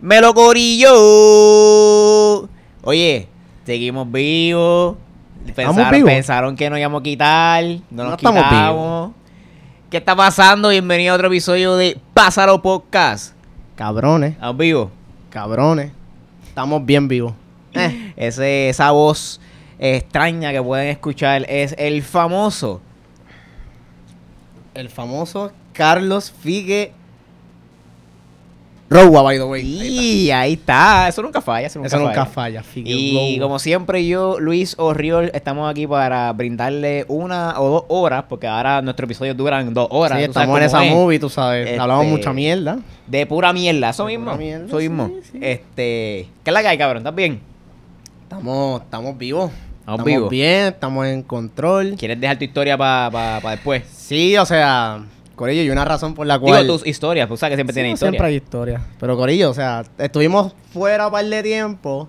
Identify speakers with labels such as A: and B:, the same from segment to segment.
A: Me lo corillo. Oye, seguimos vivos. Pensaron,
B: vivos?
A: pensaron que nos íbamos a quitar. No
B: No
A: nos
B: estamos
A: quitamos. ¿Qué está pasando? Bienvenido a otro episodio de Pásalo Podcast.
B: Cabrones,
A: ¿Estamos vivos?
B: cabrones. Estamos bien vivos. Eh.
A: Ese, esa voz extraña que pueden escuchar es el famoso.
B: El famoso Carlos Figue Rowa, by the way. Ahí
A: Y ahí está. Eso nunca falla. Eso
B: está.
A: nunca falla.
B: Eso nunca falla, Figue
A: Y
B: Rowa.
A: como siempre, yo, Luis O'Riol, estamos aquí para brindarle una o dos horas, porque ahora nuestros episodios duran dos horas.
B: Sí,
A: tú sabes
B: estamos en esa
A: cómo es.
B: movie, tú sabes.
A: Este-
B: Hablamos mucha mierda.
A: De pura mierda, eso
B: De
A: mismo.
B: pura mierda,
A: eso
B: sí,
A: mismo.
B: sí.
A: Este, ¿Qué es la que hay, cabrón? ¿Estás bien?
B: Estamos, estamos vivos. Estamos
A: vivos.
B: bien, estamos en control.
A: ¿Quieres dejar tu historia para después?
B: Sí, o sea, Corillo, y una razón por la cual.
A: Digo tus historias, pues sabes que siempre
B: Sí,
A: tienes
B: no,
A: historias.
B: Siempre hay historia. Pero Corillo, o sea, estuvimos fuera un par de tiempo.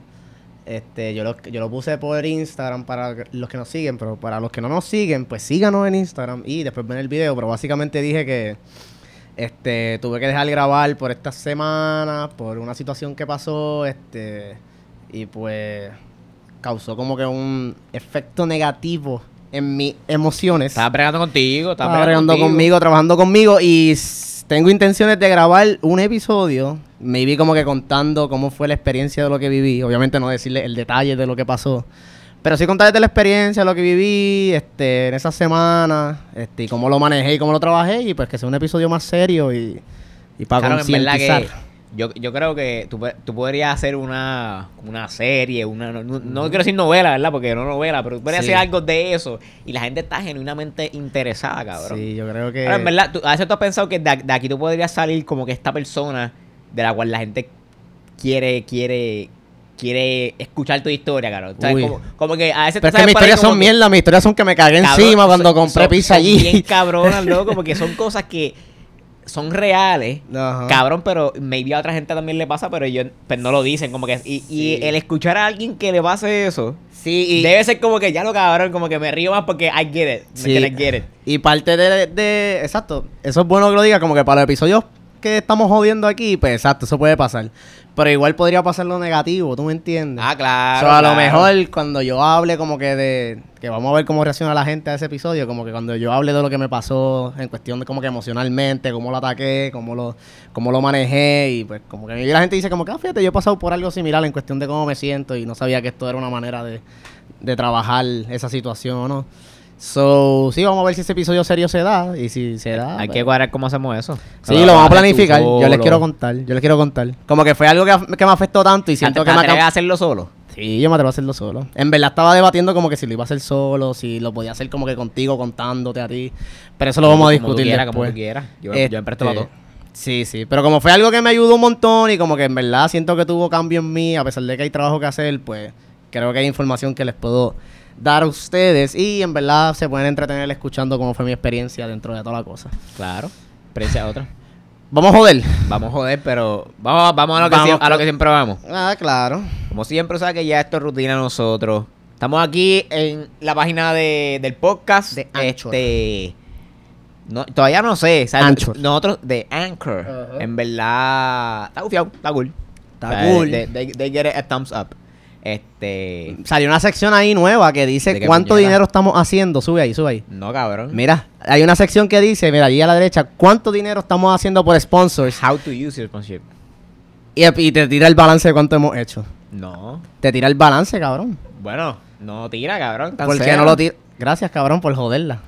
B: Este, yo lo, yo lo puse por Instagram para los que nos siguen, pero para los que no nos siguen, pues síganos en Instagram y después ven el video. Pero básicamente dije que este, tuve que dejar grabar por estas semanas, por una situación que pasó, este, y pues causó como que un efecto negativo en mis emociones.
A: Estaba bregando contigo, estaba
B: Estaba bregando conmigo, trabajando conmigo y s- tengo intenciones de grabar un episodio. Me vi como que contando cómo fue la experiencia de lo que viví. Obviamente no decirle el detalle de lo que pasó. Pero sí contarles de la experiencia, lo que viví este, en esas semanas, este, y cómo lo manejé y cómo lo trabajé. Y pues que sea un episodio más serio y, y para
A: Claro, en verdad
B: concientizar.
A: que yo, yo creo que tú, pe- tú podrías hacer una, una serie, una no, no- no quiero decir novela, ¿verdad? Porque no novela, pero tú podrías
B: Sí.
A: hacer algo de eso y la gente está genuinamente interesada, cabrón.
B: Sí, eh. yo creo que...
A: Ahora, en verdad, tú- a veces tú has pensado que de, ac- de aquí tú podrías salir como que esta persona de la cual la gente quiere, quiere, quiere escuchar tu historia, cabrón. ¿Sabes?
B: Uy.
A: Como, como que a veces
B: Pero es
A: te
B: que
A: sales
B: mis
A: por ahí
B: historias
A: como
B: son
A: que-
B: mierda, mis historias son que me cagué
A: Cabrón,
B: encima cuando
A: son-
B: compré
A: son-
B: pizza
A: son
B: allí.
A: Bien cabronas, loco, porque son cosas que son reales.
B: Ajá.
A: Cabrón, pero maybe a otra gente también le pasa, pero yo pues no lo dicen. Como que, y, y
B: Sí.
A: el escuchar a alguien que le pase eso,
B: Sí, y-
A: debe ser como que ya lo cabrón, como que me río más porque I get it.
B: Sí.
A: que I get it.
B: Y parte de, de- Exacto. Eso es bueno que lo diga, como que para los episodios que estamos jodiendo aquí, pues exacto, eso puede pasar. Pero igual podría pasar lo negativo, ¿tú me entiendes?
A: Ah, claro.
B: O sea, a lo
A: claro.
B: mejor cuando yo hable como que de... Que vamos a ver cómo reacciona la gente a ese episodio, como que cuando yo hable de lo que me pasó en cuestión de como que emocionalmente, cómo lo ataqué, cómo lo, cómo lo manejé y pues como que maybe la gente dice como que, ah, fíjate, yo he pasado por algo similar en cuestión de cómo me siento y no sabía que esto era una manera de, de trabajar esa situación o no. So, sí, vamos a ver si ese episodio serio se da y si se da...
A: Hay
B: pues,
A: que cuadrar cómo hacemos eso.
B: Sí, lo vamos a
A: haces tú
B: planificar. Yo les
A: solo.
B: quiero contar, yo les quiero contar. Como que fue algo que, af- que me afectó tanto y siento
A: ¿Te-
B: que
A: te
B: me
A: atreves
B: acabó-
A: a hacerlo solo.
B: Sí, yo me atrevo a hacerlo solo. En verdad estaba debatiendo como que si lo iba a hacer solo, si lo podía hacer como que contigo, contándote a ti. Pero eso lo vamos a
A: Como tú
B: discutir
A: quieras, como
B: después.
A: tú quieras. Yo, yo
B: Este,
A: me presto para todo.
B: Sí, sí. Pero como fue algo que me ayudó un montón y como que en verdad siento que tuvo cambio en mí, a pesar de que hay trabajo que hacer, pues creo que hay información que les puedo dar a ustedes y en verdad se pueden entretener escuchando cómo fue mi experiencia dentro de toda la cosa.
A: Claro. Prensa otra.
B: Vamos a joder.
A: Vamos a joder, pero vamos, vamos, a, lo que
B: Vamos,
A: siem- a lo que
B: pero-
A: siempre vamos.
B: Ah, claro.
A: Como siempre, sabes que ya esto es rutina de nosotros. Estamos aquí en la página de, del podcast.
B: De Anchor.
A: este, no, todavía no sé. o sea,
B: Anchor.
A: Nosotros, de Anchor.
B: Ajá.
A: En verdad, está gufiado, está cool.
B: Está
A: O sea,
B: cool.
A: They, they- they get it a thumbs up. Este,
B: Salió una sección ahí nueva que
A: ¿De
B: dice
A: qué
B: cuánto
A: puñeta?
B: dinero estamos haciendo. Sube ahí, sube ahí.
A: no cabrón.
B: Mira, hay una sección que dice, mira, allí a la derecha, ¿cuánto dinero estamos haciendo por sponsors?
A: How to use your sponsorship.
B: Y, y te tira el balance de cuánto hemos hecho.
A: No.
B: Te tira el balance, cabrón.
A: Bueno, no tira, cabrón. tan
B: ¿Por qué
A: cero.
B: no lo tira? Gracias, cabrón, por joderla.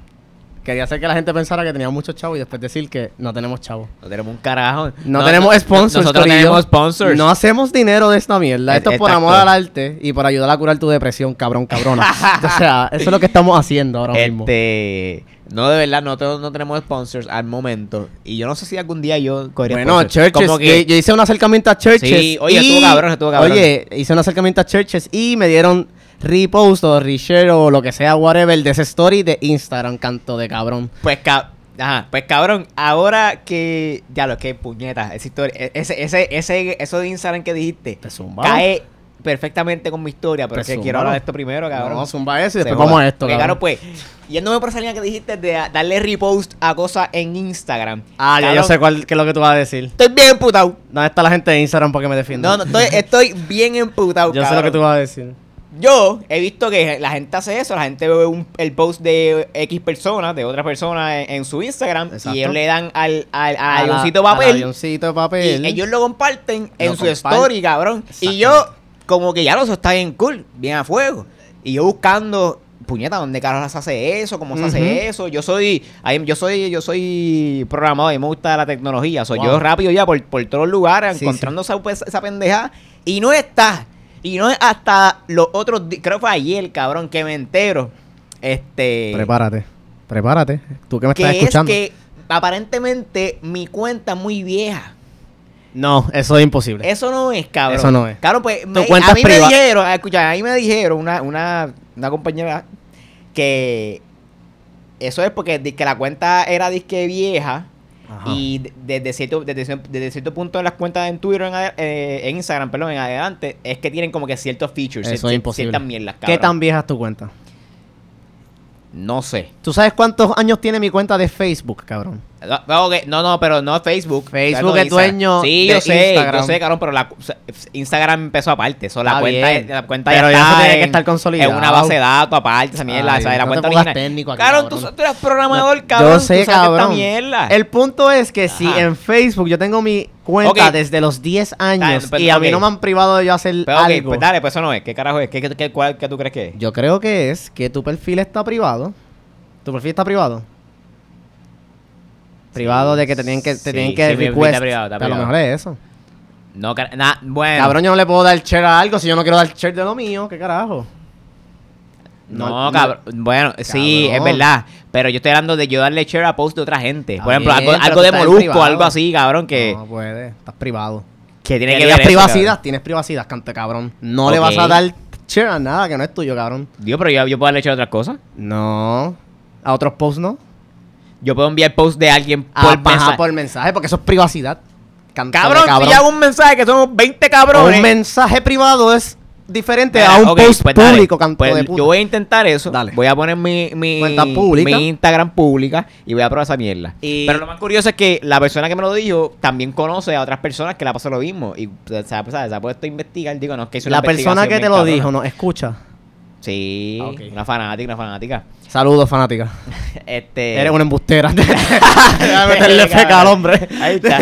B: Quería hacer que la gente pensara que teníamos muchos chavos y después decir que no tenemos chavos.
A: No tenemos un carajo.
B: No, tenemos sponsors.
A: Nosotros
B: corillo.
A: tenemos sponsors.
B: No hacemos dinero de esta mierda.
A: Es-
B: Esto es por
A: exacto.
B: amor al arte y por ayudar a curar tu depresión, cabrón, cabrona. o sea, eso es lo que estamos haciendo ahora mismo.
A: Este, no, de verdad, nosotros no tenemos sponsors al momento. Y yo no sé si algún día yo cogería
B: Bueno,
A: sponsors.
B: Churches,
A: Como que
B: yo, yo hice un acercamiento a Churches.
A: Sí, oye, estuvo cabrón, estuvo cabrón.
B: Oye, hice un acercamiento a Churches y me dieron repost o reshare o lo que sea, whatever, de esa story de Instagram, canto de cabrón.
A: Pues, cab- Ajá, pues cabrón, ahora que. Ya lo que puñeta, esa historia. e- Ese, ese, ese, eso de Instagram que dijiste.
B: Te zumbaron.
A: Cae perfectamente con mi historia, pero
B: Pues
A: es que quiero
B: zúmbalo.
A: hablar de esto primero, cabrón.
B: No, zumba eso y
A: Se
B: después
A: joda.
B: vamos a esto,
A: Porque,
B: cabrón.
A: pues, yéndome por esa línea que dijiste de a- darle repost a cosas en Instagram.
B: Ah, ya yo
A: Cabrón,
B: sé cuál, qué es lo que tú vas a decir.
A: Estoy bien emputado.
B: ¿Dónde está la gente de Instagram para que me defienda?
A: No, no, estoy, estoy bien emputado,
B: Yo sé lo que tú vas a decir.
A: Yo he visto que la gente hace eso, la gente ve un- el post de X persona, de otra persona en, en su Instagram,
B: Exacto.
A: y ellos le dan al, al, al
B: A la-
A: avioncito
B: al
A: papel.
B: avioncito de papel.
A: Y ellos lo comparten en su
B: comparten.
A: story, cabrón. Y yo, como que ya lo eso está bien cool, bien a fuego. Y yo buscando, puñeta, ¿dónde carajo se hace eso? ¿Cómo se
B: Ujú.
A: hace eso? Yo soy, a mí- yo soy, yo soy programador y me gusta la tecnología. Soy
B: Wow.
A: yo rápido ya por, por todos los lugares,
B: Sí,
A: encontrando Esa, pues, esa pendeja. Y no está. Y no es hasta los otros, di- creo que fue ayer, cabrón, que me entero. Este
B: Prepárate. Prepárate. Tú que me
A: que
B: estás
A: es
B: escuchando.
A: que aparentemente mi cuenta es muy vieja.
B: No, eso es imposible.
A: Eso no es, cabrón.
B: Eso no es.
A: Cabrón, pues me-
B: cuentas
A: a mí
B: priva-
A: me dijeron, ah, escucha, a mí me dijeron una, una, una compañera que eso es porque di- que la cuenta era disque vieja
B: Ajá.
A: y de- desde cierto, desde, cier- desde cierto punto en las cuentas en Twitter, en, ade- eh, en Instagram, perdón, en adelante, es que tienen como que ciertos features,
B: Eso
A: cier-
B: es imposible.
A: ciertas mierdas, cabrón.
B: ¿Qué tan vieja es tu cuenta?
A: No sé.
B: ¿Tú sabes cuántos años tiene mi cuenta de Facebook, cabrón?
A: No, No, ok, no, no, pero no Facebook.
B: Facebook
A: No,
B: es
A: Instagram.
B: dueño
A: Sí,
B: de
A: yo sé,
B: Instagram.
A: yo sé, cabrón, pero la, o sea, Instagram empezó aparte. Eso, la,
B: Está
A: cuenta,
B: bien.
A: la cuenta
B: Pero ya
A: ya
B: eso
A: está
B: tiene que
A: en-
B: estar consolidado.
A: En una base de datos aparte, esa mierda,
B: Ay,
A: esa de la
B: no te
A: cuenta
B: pongas
A: original.
B: técnico aquí,
A: cabrón, tú,
B: cabrón.
A: tú eres programador, cabrón.
B: Yo sé,
A: tú sabes
B: cabrón.
A: Esta mierda.
B: El punto es que si
A: Ajá.
B: en Facebook yo tengo mi cuenta
A: Ok.
B: desde los 10 años
A: pero-
B: y a mí
A: ok.
B: no me han privado de yo hacer
A: pero, ok,
B: algo.
A: pues dale, pues eso no es. ¿Qué carajo es? ¿Qué, qué, qué- cuál, qué tú crees que es?
B: Yo creo que es que tu perfil está privado. ¿Tu perfil está privado? Privado de que te tienen que, te
A: sí,
B: tienen que
A: sí, mi perfil
B: request.
A: está privado, está
B: a lo
A: privado.
B: mejor es eso.
A: No, car- na- bueno.
B: Cabrón, yo no le puedo dar share a algo si yo no quiero dar share de lo mío. ¿Qué carajo?
A: No,
B: no-
A: cabrón. Bueno, sí, es
B: Cabrón.
A: verdad. Pero yo estoy hablando de yo darle share a post de otra gente.
B: Está
A: Por ejemplo,
B: bien,
A: algo,
B: pero
A: algo
B: tú
A: de
B: estás en
A: Molusco,
B: privado.
A: algo así, cabrón, que,
B: No puede, estás privado.
A: que tiene
B: Tienes
A: que
B: que dar
A: ver eso,
B: privacidad,
A: cabrón.
B: tienes privacidad, cante cabrón. No le
A: Ok.
B: vas a dar share a nada que no es tuyo, cabrón.
A: Digo, pero yo, yo puedo darle share a otras cosas.
B: No. A otros posts no.
A: Yo puedo enviar post de alguien
B: A-
A: por
B: Ah, ajá,
A: mensaje.
B: por mensaje, porque eso es privacidad. Cántale,
A: Ah, Cabrón, si yo hago un mensaje que somos 20 cabrones.
B: Un mensaje privado es diferente
A: Mira,
B: a un
A: ok,
B: post
A: pues dale.
B: público, canto
A: Pues
B: de puta.
A: Yo voy a intentar eso.
B: Dale.
A: Voy a poner mi, mi,
B: Cuenta pública.
A: mi Instagram pública y voy a probar esa mierda.
B: Y-
A: Pero lo más curioso es que la persona que me lo dijo también conoce a otras personas que le pasa lo mismo. Y se, se, ha- se ha puesto a investigar. Digo, no, es que hizo una
B: La persona
A: investigación
B: que te
A: bien
B: lo
A: cabrona.
B: dijo, no, escucha.
A: Sí,
B: Ah, ok.
A: una fanática, una fanática.
B: Saludos, fanática.
A: Este.
B: Eres una embustera. Déjame meterle feca al hombre.
A: Ahí está.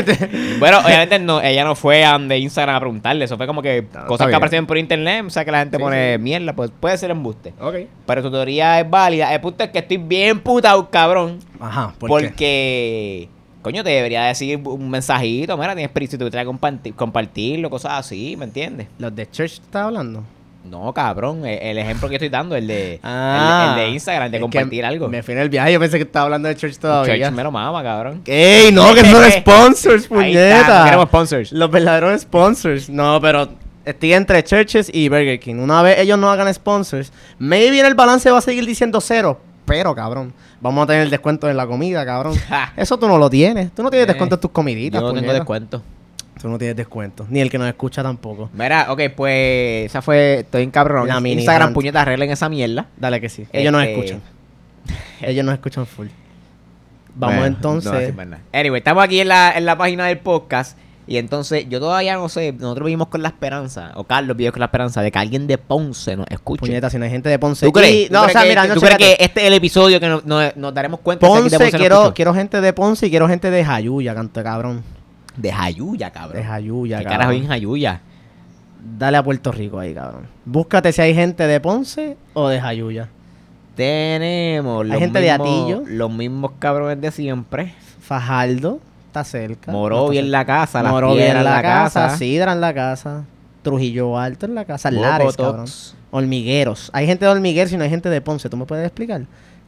A: bueno, obviamente no, ella no fue a donde Instagram a preguntarle. Eso fue como que
B: está
A: cosas que
B: bien.
A: aparecen por internet. O sea, que la gente
B: Sí,
A: pone mierda. Pues puede ser embuste.
B: Ok.
A: Pero tu teoría es válida. El punto es que estoy bien putado, cabrón.
B: Ajá, ¿por
A: porque,
B: qué?
A: coño, te debería decir un mensajito. Mira, tienes espíritu, te gustaría comparti- compartirlo, cosas así, ¿me entiendes?
B: ¿Los de Church te estás hablando?
A: No, cabrón. e-, El, el ejemplo que estoy dando, el de, el-
B: Ah.
A: el, de Instagram, de
B: Es que
A: compartir algo.
B: Me fui en el viaje, yo pensé que estaba hablando de Church todavía.
A: Church me lo mama, cabrón.
B: ¡Ey! No, que son sponsors,
A: Ahí está, no
B: puñeta.
A: queremos sponsors.
B: Los verdaderos sponsors. No, pero estoy entre Churches y Burger King. Una vez ellos no hagan sponsors, maybe en el balance va a seguir diciendo cero. Pero, cabrón, vamos a tener el descuento en la comida, cabrón.
A: Ja.
B: Eso tú no lo tienes. Tú no tienes
A: Eh,
B: descuento en tus comiditas.
A: Yo no tengo
B: puñeta.
A: descuento.
B: Tú no tienes descuento. Ni el que nos escucha tampoco.
A: Mira, ok, pues esa fue. Estoy en cabrón.
B: La mini
A: Instagram,
B: rant.
A: puñetas, arreglen esa mierda.
B: Dale que sí. Ellos nos
A: Este-
B: escuchan. Ellos nos escuchan full.
A: Bueno,
B: Vamos
A: no voy a
B: entonces.
A: decir más nada. anyway, estamos aquí en la, en la página del podcast. Y entonces, yo todavía no sé. Nosotros vivimos con la esperanza, o Carlos vive con la esperanza, de que alguien de Ponce nos escuche.
B: puñeta, si no hay gente de Ponce.
A: ¿Tú crees?
B: Y-
A: ¿Tú
B: no, o
A: crees
B: sea,
A: que,
B: mira, no,
A: tú crees
B: chécate.
A: que este es el episodio que nos, nos- nos daremos cuenta? que alguien
B: Ponce,
A: nos
B: quiero,
A: escuchó?
B: quiero gente de Ponce y quiero gente de Jayuya, canto de cabrón.
A: De Jayuya, cabrón.
B: De Jayuya,
A: ¿Qué
B: cabrón.
A: carajo hay en Jayuya?
B: Dale a Puerto Rico ahí, cabrón. Búscate si hay gente de Ponce o de Jayuya.
A: Tenemos los
B: gente de
A: mismos-
B: Atillo.
A: Los mismos cabrones de siempre.
B: Fajardo está cerca.
A: Morovi en la casa, Las
B: Morovi
A: Piedras
B: en la casa, Sidra en la casa, Trujillo Alto en la casa, Lares, cabrón.
A: Bocotox.
B: Hormigueros. Hay gente de Hormigueros y no hay gente de Ponce. ¿Tú me puedes explicar?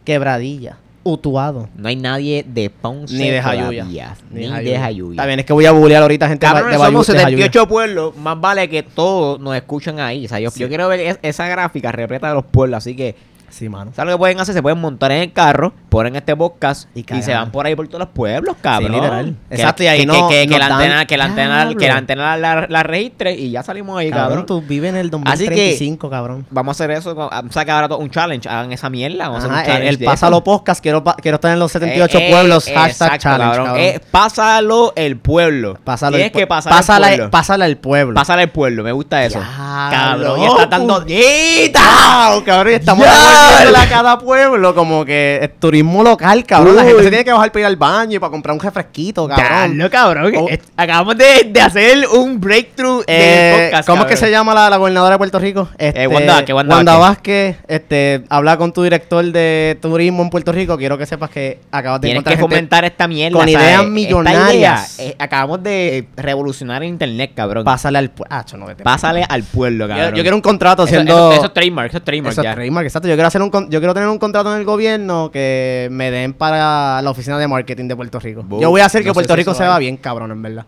B: Quebradilla, Utuado.
A: No hay nadie de Ponce
B: Ni de Jayuya.
A: todavía,
B: Ni
A: Ni,
B: Jayuya.
A: de Jayuya.
B: También es que voy a bullear ahorita gente de
A: Cabrón,
B: de
A: somos
B: Bayu- de Jayuya.
A: 78 pueblos. Más vale que todos nos escuchan ahí. O sea, yo, yo quiero ver es- esa gráfica repleta de los pueblos. Así que,
B: Sí, mano.
A: ¿sabes lo que pueden hacer? Se pueden montar en el carro, incorporen a este podcast
B: Y
A: y,
B: cagan.
A: se van por ahí por todos los pueblos, cabrón.
B: literal.
A: Que-
B: Exacto, y ahí
A: que-
B: no-
A: que, que
B: nos
A: la
B: dan-
A: antena, que la antena,
B: Diablo.
A: que la antena la, la- la registre y ya salimos ahí,
B: Cabrón,
A: cabrón.
B: tú vives en el
A: Así que-
B: 2035, cabrón.
A: Vamos a hacer eso, con- vamos a sacar ahora todo un challenge, hagan esa mierda, vamos a
B: Ajá, eh,
A: hacer un
B: el,
A: challenge.
B: el
A: de
B: pásalo
A: eso.
B: podcast, quiero, pa- quiero estar en los 78
A: Eh, eh,
B: pueblos, hashtag
A: exacto,
B: challenge,
A: cabrón.
B: cabrón.
A: Eh, pásalo el pueblo.
B: Pásalo
A: Tienes
B: el pue-
A: que pasar
B: pásala-
A: al pueblo.
B: pásala al pueblo.
A: Pásale al pueblo, me gusta eso.
B: Ya,
A: cabrón,
B: loco.
A: y está dando. ¡Yita!
B: ¡Wow, cabrón! y Estamos
A: Ya.
B: devolviéndole a cada pueblo como que es turismo local, cabrón. La
A: Uy.
B: gente se tiene que bajar para ir al baño y para comprar un refresquito, cabrón.
A: Diablo, cabrón.
B: Oh.
A: Es- Acabamos de, de hacer un breakthrough
B: Eh,
A: del podcast. Eh,
B: ¿Cómo es que se llama la, la gobernadora de Puerto Rico? Este,
A: Wanda Vázquez, Wanda
B: Vázquez, este, habla con tu director de turismo en Puerto Rico. Quiero que sepas que acabas de
A: Tienes
B: encontrar
A: que
B: gente-
A: fomentar esta mierda.
B: con
A: o sea,
B: ideas
A: esta
B: millonarias.
A: idea, eh, acabamos de revolucionar el internet, cabrón.
B: Pásale al pueblo. Ah, cho, no, vete.
A: Pásale al pueblo,
B: Yo-
A: cabrón.
B: Yo, quiero un contrato
A: eso,
B: haciendo...
A: eso- eso es trademark, eso es trademark
B: Eso es
A: ya.
B: trademark, exacto. Yo quiero, hacer un con- yo quiero tener un contrato en el gobierno que me den para la oficina de marketing de Puerto Rico.
A: Boom.
B: Yo voy a hacer que
A: No sé
B: Puerto
A: si
B: Rico
A: eso
B: se
A: hay.
B: va bien, cabrón, en verdad.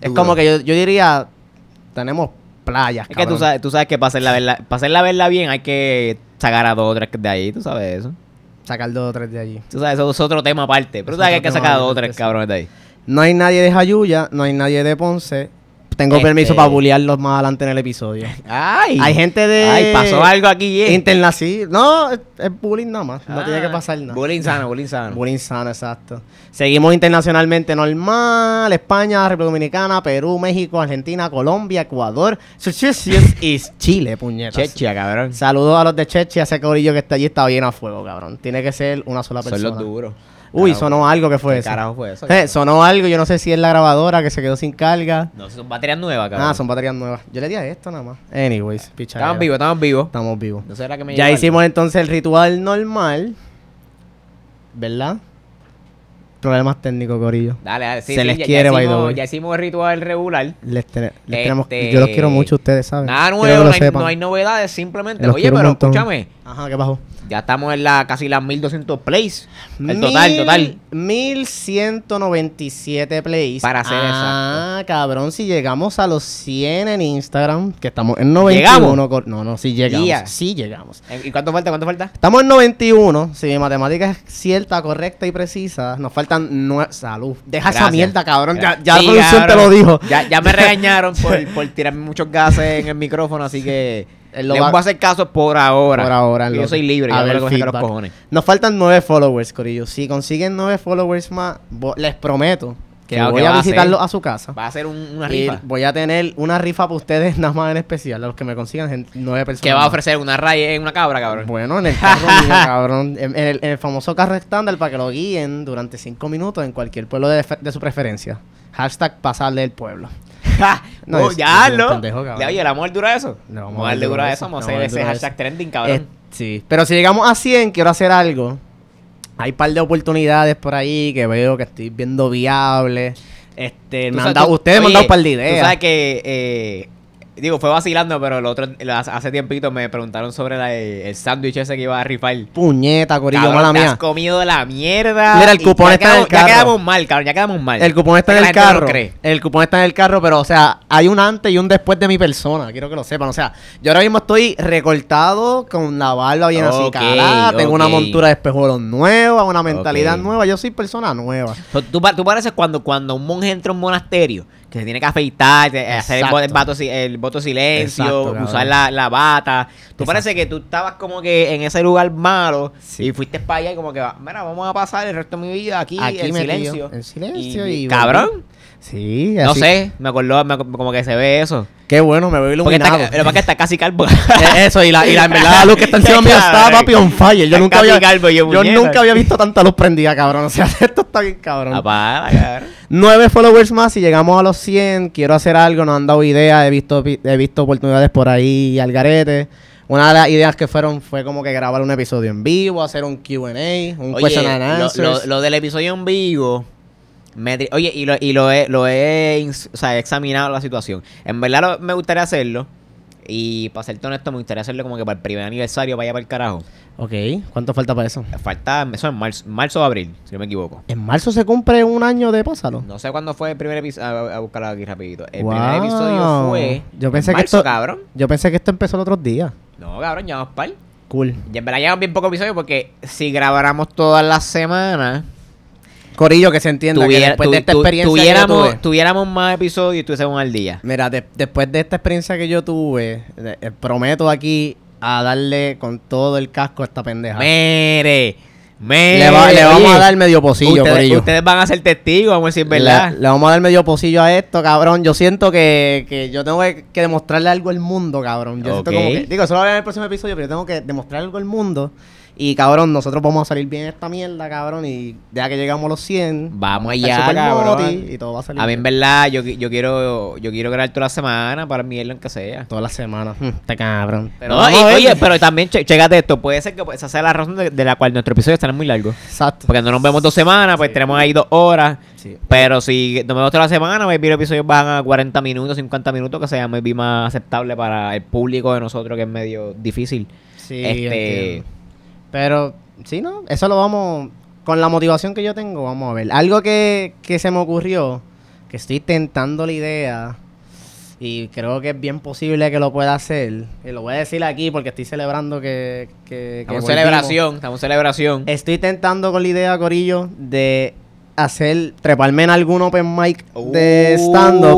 B: Es
A: Duro.
B: como que yo, yo diría, tenemos playas,
A: es que tú
B: cabrón.
A: sabes, tú sabes que para hacerla verla, para hacerla verla bien hay que sacar a dos o tres de ahí, tú sabes eso.
B: Sacar dos o tres de allí.
A: Tú sabes, eso es otro tema aparte. Pero tú sabes que hay que
B: Otro
A: sacar a
B: tema
A: dos o
B: aparte,
A: tres
B: sí.
A: cabrones de ahí.
B: No hay nadie de Jayuya, no hay nadie de Ponce. Tengo
A: Este-
B: permiso para bullearlos más adelante en el episodio.
A: Ay,
B: Hay gente de...
A: ay, pasó algo aquí. eh.
B: Interna, sí. No, es, es bullying nada más. No tiene que
A: Ah,
B: pasar nada.
A: Bullying sano, bullying sano.
B: Bullying sano, exacto. Seguimos internacionalmente normal. España, República Dominicana, Perú, México, Argentina, Colombia, Ecuador, Massachusetts y Chile, puñetas.
A: Chechia, cabrón.
B: Saludos a los de Cheche, a ese corillo que está allí está bien a fuego, cabrón. Tiene que ser una sola
A: Son
B: persona.
A: los duros.
B: Uy,
A: Carajo,
B: sonó algo que fue
A: ¿Qué
B: eso.
A: carajo fue eso?
B: Eh,
A: cabrón?
B: sonó algo, yo no sé si es la grabadora que se quedó sin carga.
A: No, son baterías nuevas, cabrón.
B: Ah, son baterías nuevas. Yo le di a esto nada más. Anyways, pichadera.
A: Estamos vivos, estamos vivos.
B: Estamos vivos.
A: No será que me
B: Ya
A: llegó
B: hicimos entonces el ritual normal. ¿Verdad? Problemas técnicos, Corillo.
A: algo. Dale, dale. Sí,
B: Se
A: sí,
B: les
A: ya-
B: quiere,
A: ya
B: by the
A: hicimos-
B: way.
A: Ya hicimos el ritual regular.
B: Les ten- les
A: Este,
B: tenemos- yo los quiero mucho, ustedes saben.
A: Nada
B: Quiero
A: nuevo,
B: que
A: no
B: lo
A: hay,
B: sepan.
A: no hay novedades, simplemente.
B: Los
A: Oye,
B: quiero un
A: pero
B: montón.
A: escúchame.
B: Ajá, ¿qué pasó?
A: Ya estamos en la casi las 1200 plays. El total, total.
B: 1197 plays.
A: Para ser
B: Ah, cabrón, si llegamos a los 100 en Instagram, que estamos en 91.
A: ¿Llegamos?
B: cor- No, no, si llegamos.
A: Ya.
B: Sí llegamos.
A: Eh, ¿Y cuánto falta? ¿Cuánto falta?
B: Estamos en 91. Si mi matemática es cierta, correcta y precisa, nos faltan nue- Salud. Deja Ah, esa
A: Gracias.
B: mierda, cabrón. Ya,
A: Gracias.
B: ya
A: Sí,
B: la producción te
A: cabrón.
B: lo dijo.
A: Ya, ya me regañaron por, por tirarme muchos gases en el micrófono, así que
B: Él lo
A: les
B: va-
A: voy a hacer caso por ahora.
B: Por ahora,
A: Que Yo
B: loco.
A: soy libre,
B: A
A: yo
B: ver,
A: no le los
B: feedback.
A: cojones.
B: Nos faltan 9 followers, Corillo. Si consiguen 9 followers más, vo- les prometo que
A: Claro que
B: voy
A: va
B: a
A: a
B: visitarlos
A: ser.
B: a su casa.
A: Va a ser un- una
B: Y
A: rifa.
B: voy a tener una rifa para ustedes nada más en especial, a los que me consigan 9 personas.
A: Que va a
B: más.
A: ofrecer una raya en una cabra, cabrón.
B: Bueno, en el carro mío, cabrón. En, en el, en el famoso carro estándar para que lo guíen durante 5 minutos en cualquier pueblo de, de su preferencia. Hashtag pasarle el pueblo.
A: Ja,
B: No,
A: oh,
B: es-
A: ya,
B: es un
A: ¿no?
B: pendejo, cabrón.
A: Ya, oye, la mujer dura eso.
B: No,
A: La
B: vamos a
A: mujer
B: darle
A: dura eso,
B: duro eso,
A: vamos a
B: vamos a
A: hacer
B: darle
A: ese
B: duro
A: hashtag
B: eso.
A: trending, cabrón.
B: Eh, sí. Pero si llegamos a 100, quiero hacer algo. Hay un par de oportunidades por ahí que veo que estoy viendo viable. Este,
A: Tú
B: me han
A: sabes-
B: dado-
A: tú-
B: ustedes me han
A: oye,
B: dado un par de
A: Tú
B: ideas.
A: sabes que, eh, digo, fue vacilando, pero el otro, el- hace tiempito me preguntaron sobre la- el sándwich ese que iba a rifar.
B: Puñeta, corillo,
A: Cabrón,
B: mala
A: te
B: mía.
A: has comido la mierda.
B: Mira, el
A: y
B: cupón
A: ya
B: está
A: quedamos-
B: en el carro.
A: Ya quedamos mal, cabrón, ya quedamos mal.
B: El cupón está
A: Es
B: en
A: que
B: el
A: la gente no
B: carro.
A: lo cree.
B: el cupón está en el carro, pero o sea, hay un antes y un después de mi persona. Quiero que lo sepan. O sea, yo ahora mismo estoy recortado con la barba bien así
A: Ok,
B: calada. Tengo una
A: ok.
B: montura de espejuelos nueva, una mentalidad
A: Ok.
B: nueva. Yo soy persona nueva.
A: Pero Tú, pa- tú pareces cuando, cuando un monje entra a un monasterio, que se tiene que afeitar, te- hacer el,
B: Exacto.
A: vo- el vato si- el voto de silencio,
B: Exacto, cabrón.
A: usar la, la bata. Tú
B: Exacto.
A: parece que tú estabas como que en ese lugar malo
B: Sí.
A: y fuiste para allá y como que, va, mira, vamos a pasar el resto de mi vida aquí,
B: Aquí
A: en
B: metido,
A: silencio.
B: en silencio y-
A: Cabrón,
B: Sí,
A: no
B: así-
A: sé, me acordó, me ac- como que se ve eso.
B: Qué bueno, me veo
A: Porque está,
B: iluminado.
A: lo que pasa es que está casi calvo.
B: Eh, Eso, y la, y la en verdad la luz que está encima mío está
A: Cabrón.
B: papi on fire. Yo
A: Está
B: nunca
A: casi
B: había,
A: calvo, yo,
B: yo
A: puñeta.
B: nunca había visto tanta luz prendida, cabrón. O sea, esto está bien
A: Ah,
B: cabrón.
A: Apaga, cabrón.
B: Nueve followers más y llegamos a los 100. Quiero hacer algo, nos han dado ideas. He visto, pi- he visto oportunidades por ahí al garete. Una de las ideas que fueron fue como que grabar un episodio en vivo, hacer un QA, un question and
A: lo-
B: answers.
A: Lo, lo del episodio en vivo. me tri- oye, y lo, y lo he, lo he ins- o sea, he examinado la situación. En verdad lo- me gustaría hacerlo. Y para serte honesto, me gustaría hacerlo como que para el primer aniversario, para allá para el carajo.
B: Ok, ¿cuánto falta para eso?
A: Falta, eso en marzo, marzo o abril, si no me equivoco.
B: En marzo se cumple un año de Pásalo.
A: No sé cuándo fue el primer episodio. A, a buscarlo aquí rapidito. El
B: Wow.
A: primer episodio fue.
B: Yo
A: en
B: pensé que
A: marzo,
B: esto-
A: cabrón.
B: Yo pensé que esto empezó el otro día.
A: No, cabrón, ya vamos par.
B: Cool.
A: Y en verdad llevan bien pocos episodios porque si grabáramos todas las semanas,
B: Corillo, que se entienda que
A: tuviera-
B: después
A: tu-
B: de esta
A: tu-
B: experiencia que yo
A: tuviéramos,
B: tuve-
A: tuviéramos más episodios y estuviésemos al día.
B: Mira, de- después de esta experiencia que yo tuve, eh, eh, prometo aquí a darle con todo el casco a esta pendeja.
A: Mere, mere.
B: le, va- le vamos
A: Oye,
B: a dar medio pocillo,
A: ustedes,
B: corillo.
A: ustedes van a ser testigos, vamos a decir verdad.
B: Le, le vamos a dar medio pocillo a esto, cabrón. Yo siento que, que yo tengo que, que demostrarle algo al mundo, cabrón. Yo siento
A: Ok.
B: como que- digo, eso lo voy a ver en el próximo episodio, pero yo tengo que demostrar algo al mundo. Y, cabrón, nosotros vamos a salir bien de esta mierda, cabrón. Y ya que llegamos a los 100,
A: Vamos
B: a estar
A: allá,
B: super
A: cabrón.
B: moti Y todo va a salir
A: A mí en
B: bien.
A: verdad, yo, qui- yo quiero yo quiero grabar toda la semana para mierda aunque sea.
B: Todas las semanas. Mm, Este cabrón.
A: Pero,
B: Vamos
A: no, y-
B: a ver.
A: oye, pero también, che- chécate esto, puede ser que pues, esa sea la razón de, de la cual nuestro episodio estará muy largo.
B: Exacto.
A: Porque no nos vemos dos semanas, pues
B: Sí.
A: tenemos ahí dos horas.
B: Sí.
A: Pero si nos vemos toda la semana, maybe los episodios van a 40 minutos, 50 minutos, que sea maybe más aceptable para el público de nosotros, que es medio difícil.
B: Sí,
A: Este-
B: entiendo. Pero, sí, ¿no? Eso lo vamos... Con la motivación que yo tengo, vamos a ver. Algo que, que se me ocurrió, que estoy tentando la idea, y creo que es bien posible que lo pueda hacer, y lo voy a decir aquí porque estoy celebrando que... que-
A: Estamos
B: que
A: en
B: volvimos.
A: celebración, estamos en celebración.
B: Estoy tentando con la idea, Corillo, de hacer, treparme en algún open mic de Este stand-up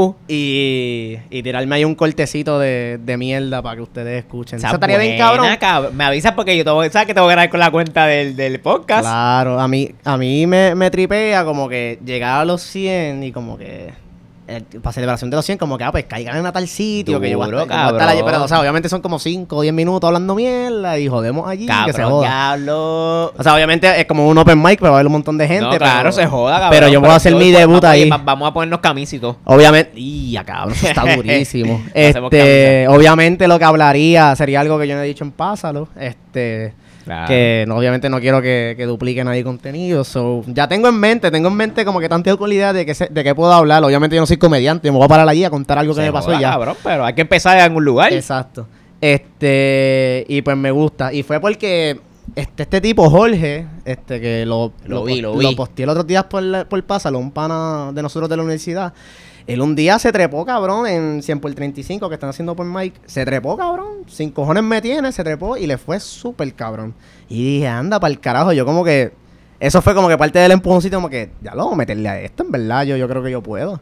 A: Uh,
B: y, y tirarme ahí un cortecito de, de mierda para que ustedes escuchen.
A: esa
B: Eso estaría bien
A: buena,
B: cabrón.
A: cab- Me avisas porque yo te voy, sabes que te voy a ganar con la cuenta del, del podcast.
B: Claro, a mí, a mí me, me tripea como que llegar a los 100 y como que eh, para celebración de los 100 como que ah, pues caigan en a tal sitio que yo voy a
A: Duro,
B: estar- yo voy a estar allí.
A: cabrón.
B: pero o sea, obviamente son como 5 o 10 minutos hablando mierda y jodemos allí, que se
A: Cabrón,
B: joda.
A: diablo.
B: O sea, obviamente es como un open mic, pero va a haber un montón de gente.
A: No,
B: pero-
A: claro, se joda, cabrón.
B: Pero yo voy a hacer mi
A: vamos-
B: debut
A: oye,
B: ahí.
A: va- Vamos a ponernos camisitos y todo.
B: Obviamente, y ya cabrón, eso está durísimo.
A: Hacemos
B: este, obviamente lo que hablaría sería algo que yo no he dicho en Pásalo, este Que no, obviamente no quiero que, que dupliquen ahí contenido. So, ya tengo en mente, tengo en mente como que tanteo con la idea de que, se- de que puedo hablar. Obviamente yo no soy comediante, yo me voy a parar allí a contar algo que
A: Se
B: me pasó
A: joda,
B: y ya.
A: Cabrón, pero hay que empezar en algún lugar.
B: Exacto. Este, y pues me gusta. Y fue porque este, este tipo, Jorge, este, que lo,
A: Lo vi, lo
B: pos-
A: vi.
B: posteé los otros días por, la- por Pásalo, un pana de nosotros de la universidad. Él un día se trepó, cabrón, en 100 por 35 que están haciendo por Mike. Se trepó, cabrón. Sin cojones me tiene, se trepó y le fue súper, cabrón. Y dije, anda, para el carajo. Yo como que... Eso fue como que parte del empujoncito, como que, ya lo, meterle a esto, en verdad, yo, yo creo que yo puedo.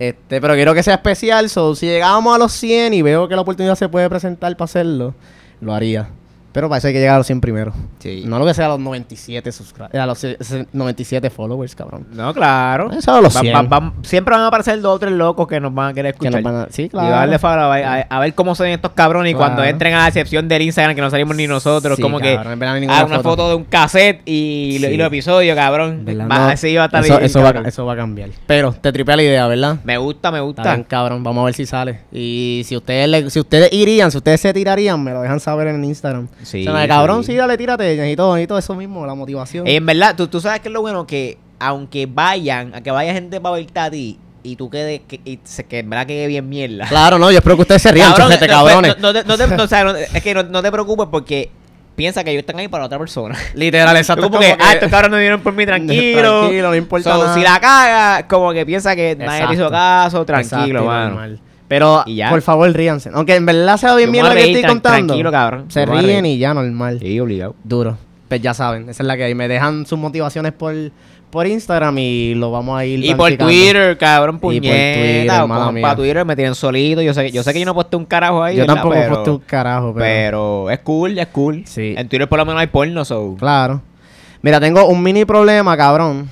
B: Este, pero quiero que sea especial, so, si llegábamos a los 100 y veo que la oportunidad se puede presentar para hacerlo, lo haría. Pero para eso hay que llegar a los 100 primero.
A: Sí.
B: No lo que sea a los 97 subscri- a los se- se- 97 followers, cabrón.
A: No, claro.
B: Eso a los
A: Va-
B: 100.
A: va- va- siempre van a aparecer dos o tres locos que nos van a querer
B: que
A: escuchar.
B: nos van a- sí, claro.
A: Y darle favor a, a- a ver cómo son estos cabrones. Y
B: Claro.
A: cuando entren a la excepción del Instagram, que no salimos ni nosotros,
B: Sí,
A: como
B: cabrón, en verdad no
A: que
B: hay ninguna
A: haga una foto.
B: foto.
A: de un cassette y, lo- y
B: Sí.
A: los episodios, cabrón.
B: ¿Verdad?
A: Va-
B: No,
A: así va a estar
B: eso,
A: bien,
B: eso va,
A: cabrón.
B: eso va a cambiar. Pero te tripea la idea, ¿verdad?
A: Me gusta, me
B: Está bien,
A: gusta.
B: cabrón. Vamos a ver si sale. Y si ustedes le- si ustedes irían, si ustedes se tirarían, me lo dejan saber en Instagram.
A: Sí,
B: O sea, me- cabrón,
A: sí.
B: sí, dale, tírate. Necesito, necesito eso mismo, la motivación.
A: Eh, en verdad, tú, tú sabes que es lo bueno que aunque vayan, a que vaya gente para verte a ti y tú quedes, que, y se, que en verdad quede bien mierda.
B: Claro, no, yo espero que ustedes se rían,
A: Cabrón, eh,
B: chojete,
A: no, pues,
B: cabrones.
A: No, no te- no te- no, o sea, no- es que no, no te preocupes porque piensa que ellos están ahí para otra persona.
B: Literal, exacto.
A: como que, ah, estos cabrones vinieron por mí, tranquilo.
B: Tranquilo, no importa
A: So,
B: nada.
A: Si la caga, como que piensa que nadie te hizo
B: Exacto.
A: caso,
B: Exacto,
A: tranquilo, mano.
B: normal. Pero,
A: Y ya.
B: por favor, ríanse. Aunque en verdad sea
A: Yo
B: bien
A: me
B: mierda
A: voy
B: lo
A: a
B: que
A: reír,
B: estoy
A: tran-
B: contando.
A: tranquilo, cabrón.
B: Se
A: Yo me voy a
B: ríen
A: reír.
B: y ya, normal.
A: Sí, obligado.
B: Duro. Pues ya saben, esa es la que hay. Me dejan sus motivaciones por, por Instagram y lo vamos a ir
A: Y por
B: planificando.
A: Twitter, cabrón,
B: por
A: puñeta.
B: Twitter, mala
A: Para
B: mía.
A: Twitter me tienen solito. Yo sé, que- yo sé que yo no posté un carajo ahí.
B: Yo
A: ¿verdad?
B: tampoco
A: Pero-
B: posté un carajo, pero...
A: Pero es cool, es cool.
B: Sí.
A: En Twitter por lo menos hay porno, so.
B: Claro. Mira, tengo un mini problema, cabrón.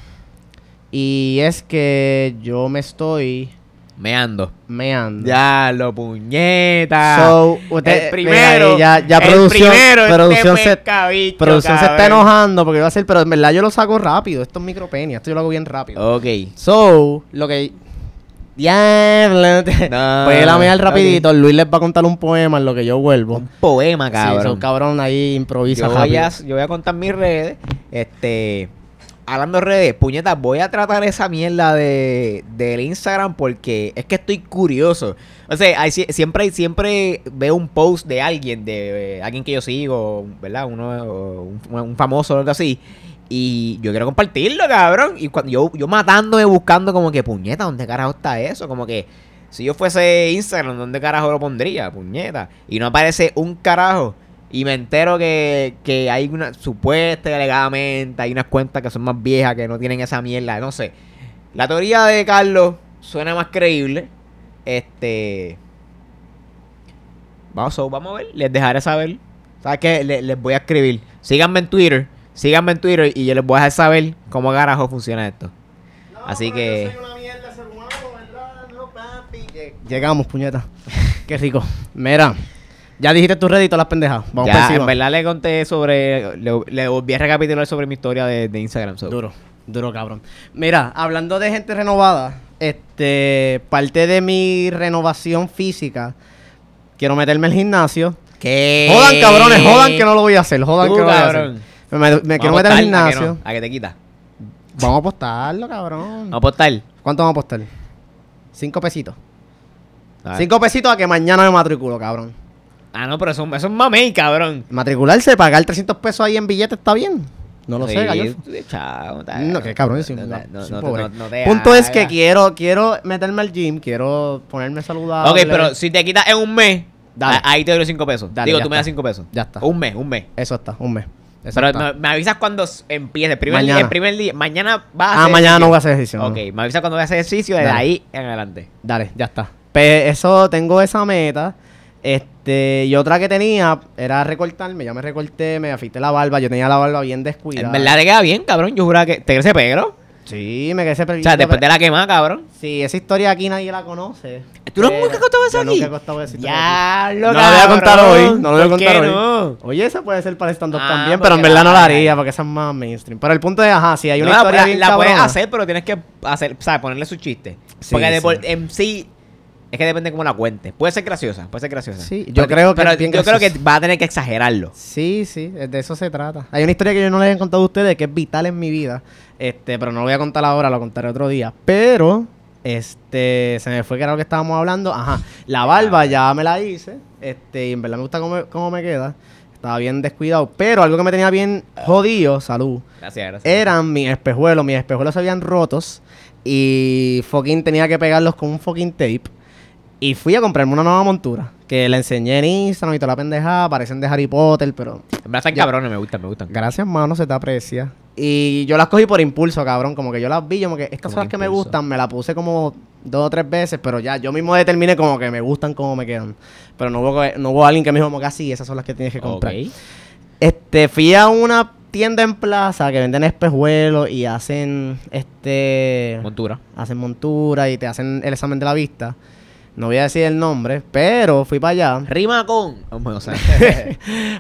B: Y es que yo me estoy
A: Me ando.
B: meando.
A: Ya lo puñeta.
B: So,
A: el
B: usted,
A: primero.
B: mira, ya, ya
A: el
B: producción,
A: primero, este
B: producción, se,
A: pescabicho,
B: producción se está
A: cabrón.
B: enojando porque va a ser, pero en verdad yo lo saco rápido. Esto es micropenia, esto yo lo hago bien rápido.
A: Ok.
B: So, lo que. Ya,
A: No,
B: voy a ir a mear
A: ok.
B: rapidito. Luis les va a contar un poema en lo que yo vuelvo.
A: Un poema,
B: Sí, so,
A: Ah, cabrón.
B: cabrón, ahí improvisa
A: yo, voy
B: rápido.
A: a, yo voy a contar mis redes. Este. Hablando de redes, puñetas, voy a tratar esa mierda de, del Instagram porque es que estoy curioso. O sea, hay, sie- siempre, hay- siempre veo un post de alguien, de eh, alguien que yo sigo, ¿verdad? Uno, o un, un famoso o algo así. Y yo quiero compartirlo, cabrón. Y cuando yo, yo matándome buscando como que, puñeta, ¿dónde carajo está eso? Como que si yo fuese Instagram, ¿dónde carajo lo pondría? Puñeta. Y no aparece un carajo. Y me entero que, que hay una supuesta y alegadamente, hay unas cuentas que son más viejas, que no tienen esa mierda, no sé. La teoría de Carlos suena más creíble. Este. Vamos, so, vamos a ver, les dejaré saber. ¿Sabes qué? Le- les voy a escribir. Síganme en Twitter, síganme en Twitter y yo les voy a dejar saber cómo carajo funciona esto. Así que.
B: Llegamos, puñeta. Qué rico. Mira, ya dijiste tu Reddit y todas las pendejas. Vamos
A: ya,
B: por
A: en
B: encima.
A: verdad le conté sobre. Le, le volví a recapitular sobre mi historia de, de Instagram. so.
B: Duro, duro cabrón. Mira, hablando de gente renovada, este, parte de mi renovación física, quiero meterme al gimnasio.
A: ¿Qué?
B: Jodan cabrones, jodan que no lo voy a hacer,
A: Eh.
B: jodan
A: Tú,
B: que no lo voy a hacer.
A: cabrón.
B: Me, me- me quiero
A: Vamos
B: meter
A: apostar, ¿a
B: al
A: que
B: gimnasio.
A: no? ¿A que te quita?
B: Vamos a apostarlo, cabrón.
A: ¿Vamos a apostar?
B: ¿Cuánto vamos a apostar? Cinco pesitos.
A: Ah.
B: Cinco pesitos a que mañana me matriculo, cabrón.
A: Ah, no, pero eso, eso es mamey, cabrón.
B: Matricularse, pagar 300 pesos ahí en billetes está bien. No lo
A: Sí,
B: sé, gallo.
A: Chao. ta-
B: No, que cabrón, es un-
A: no,
B: no,
A: no, no,
B: es un
A: no,
B: pobre.
A: no, no te
B: Punto es que
A: hagas.
B: quiero, quiero meterme al gym, quiero ponerme saludable.
A: Ok, pero si te quitas en un mes,
B: Dale.
A: a- ahí te doy los 5 pesos.
B: Dale,
A: Digo,
B: ya
A: tú me das
B: está.
A: 5 pesos.
B: Ya está.
A: Un mes, un mes.
B: Eso está, un mes. Eso
A: Pero
B: está.
A: me, me avisas cuando s- empiece. El primer,
B: Mañana.
A: día, el primer día. Mañana vas
B: ah, mañana no voy a hacer ejercicio. no.
A: Ok, me avisas cuando voy a hacer ejercicio de
B: Dale.
A: ahí en adelante.
B: Dale, ya está. Pe- eso, tengo esa meta. Este, y otra que tenía era recortarme. Ya me recorté, me afeité la barba. Yo tenía la barba bien descuidada.
A: En verdad te queda bien, cabrón. Yo juraba que te crece pegro.
B: Sí, me quedé ese
A: O sea, después de la quemada, cabrón.
B: Sí, esa historia aquí nadie la conoce.
A: ¿Tú no
B: Eh,
A: nunca has contado eso
B: yo
A: aquí?
B: nunca he contado esa historia aquí.
A: Ya,
B: No lo voy a contar hoy. No lo voy a contar hoy.
A: No?
B: Oye, esa puede ser para stand-up
A: Ah,
B: también, pero en
A: porque
B: verdad no la
A: la-
B: haría porque esa es más mainstream. Pero el punto es, ajá, si hay una
A: No, la
B: historia
A: puedes-
B: bien
A: la, puedes
B: cabrona.
A: hacer, pero tienes que hacer, o sea, ponerle su chiste.
B: Sí,
A: Porque de
B: sí.
A: por- en sí es que depende cómo la cuentes. Puede ser graciosa, puede ser graciosa.
B: Sí, yo creo que
A: pero
B: es bien
A: yo creo que
B: graciosa.
A: va a tener que exagerarlo.
B: Sí, sí, de eso se trata. Hay una historia que yo no les he contado a ustedes que es vital en mi vida. Este, pero no lo voy a contar ahora, lo contaré otro día. Pero, este, se me fue que era lo que estábamos hablando. Ajá, la barba ya me la hice. Este, y en verdad me gusta cómo, cómo me queda. Estaba bien descuidado. Pero algo que me tenía bien jodido, salud,
A: Gracias, gracias.
B: eran mis espejuelos. Mis espejuelos se habían rotos. Y fucking tenía que pegarlos con un fucking tape. Y fui a comprarme una nueva montura. Que la enseñé en Instagram y toda la pendejada. Parecen de Harry Potter, pero
A: En verdad están
B: ya.
A: cabrones, me gustan, me gustan.
B: Gracias, mano, se te aprecia. Y yo las cogí por impulso, cabrón. Como que yo las vi, yo como que estas
A: Como
B: son las
A: que
B: que me
A: impulso.
B: gustan. Me las puse como dos o tres veces, pero ya yo mismo determiné como que me gustan como me quedan. Pero no hubo, no hubo alguien que me dijo como que así, esas son las que tienes que comprar.
A: Ok.
B: Este, fui a una tienda en plaza que venden espejuelos y hacen este
A: Montura.
B: hacen montura y te hacen el examen de la vista. No voy a decir el nombre, pero fui para allá.
A: Rima con. Oh, bueno, o sea,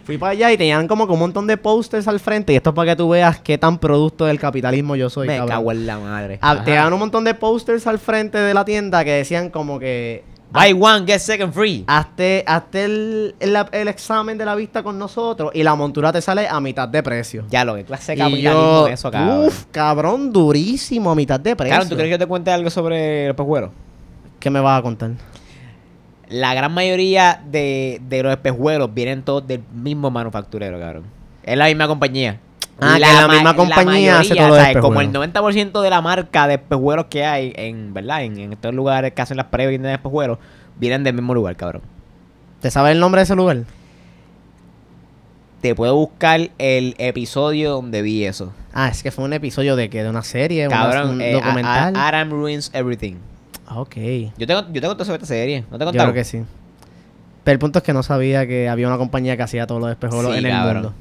B: Fui para allá y tenían como que un montón de posters al frente. Y esto es para que tú veas qué tan producto del capitalismo yo soy.
A: me
B: cabrón.
A: cago en la madre.
B: Ah, Te
A: Ajá.
B: dan un montón de posters al frente de la tienda que decían como que.
A: Buy one, get second free.
B: Ah. Hazte, hazte el, el- el examen de la vista con nosotros y la montura te sale a mitad de precio.
A: Ya lo que clase de
B: y
A: capitalismo
B: yo,
A: es eso, cabrón.
B: Uf, cabrón, durísimo, a mitad de precio.
A: Cabrón, ¿tú crees que yo te cuente algo sobre los pejuelos?
B: ¿Qué me vas a contar?
A: La gran mayoría de, de los espejuelos vienen todos del mismo manufacturero, cabrón. Es la misma compañía.
B: Ah, que la
A: ma-
B: misma compañía hace
A: mayoría,
B: todos los
A: ¿sabes? Como el
B: espejuelos.
A: 90% de la marca de espejuelos que hay en, ¿verdad? En, en estos lugares que hacen las previas y venden espejuelos, vienen del mismo lugar, cabrón.
B: ¿Te sabes el nombre de ese lugar?
A: Te puedo buscar el episodio donde vi eso.
B: Ah, es que fue un episodio de que de una serie, una-
A: Cabrón,
B: un
A: eh, a- a-
B: documental.
A: Adam ruins everything.
B: Ah, ok.
A: Yo tengo, yo tengo todo sobre esta serie. ¿No te he
B: Yo
A: contado?
B: creo que sí. Pero el punto es que no sabía que había una compañía que hacía todos los espejuelos
A: Sí,
B: en el
A: cabrón.
B: mundo.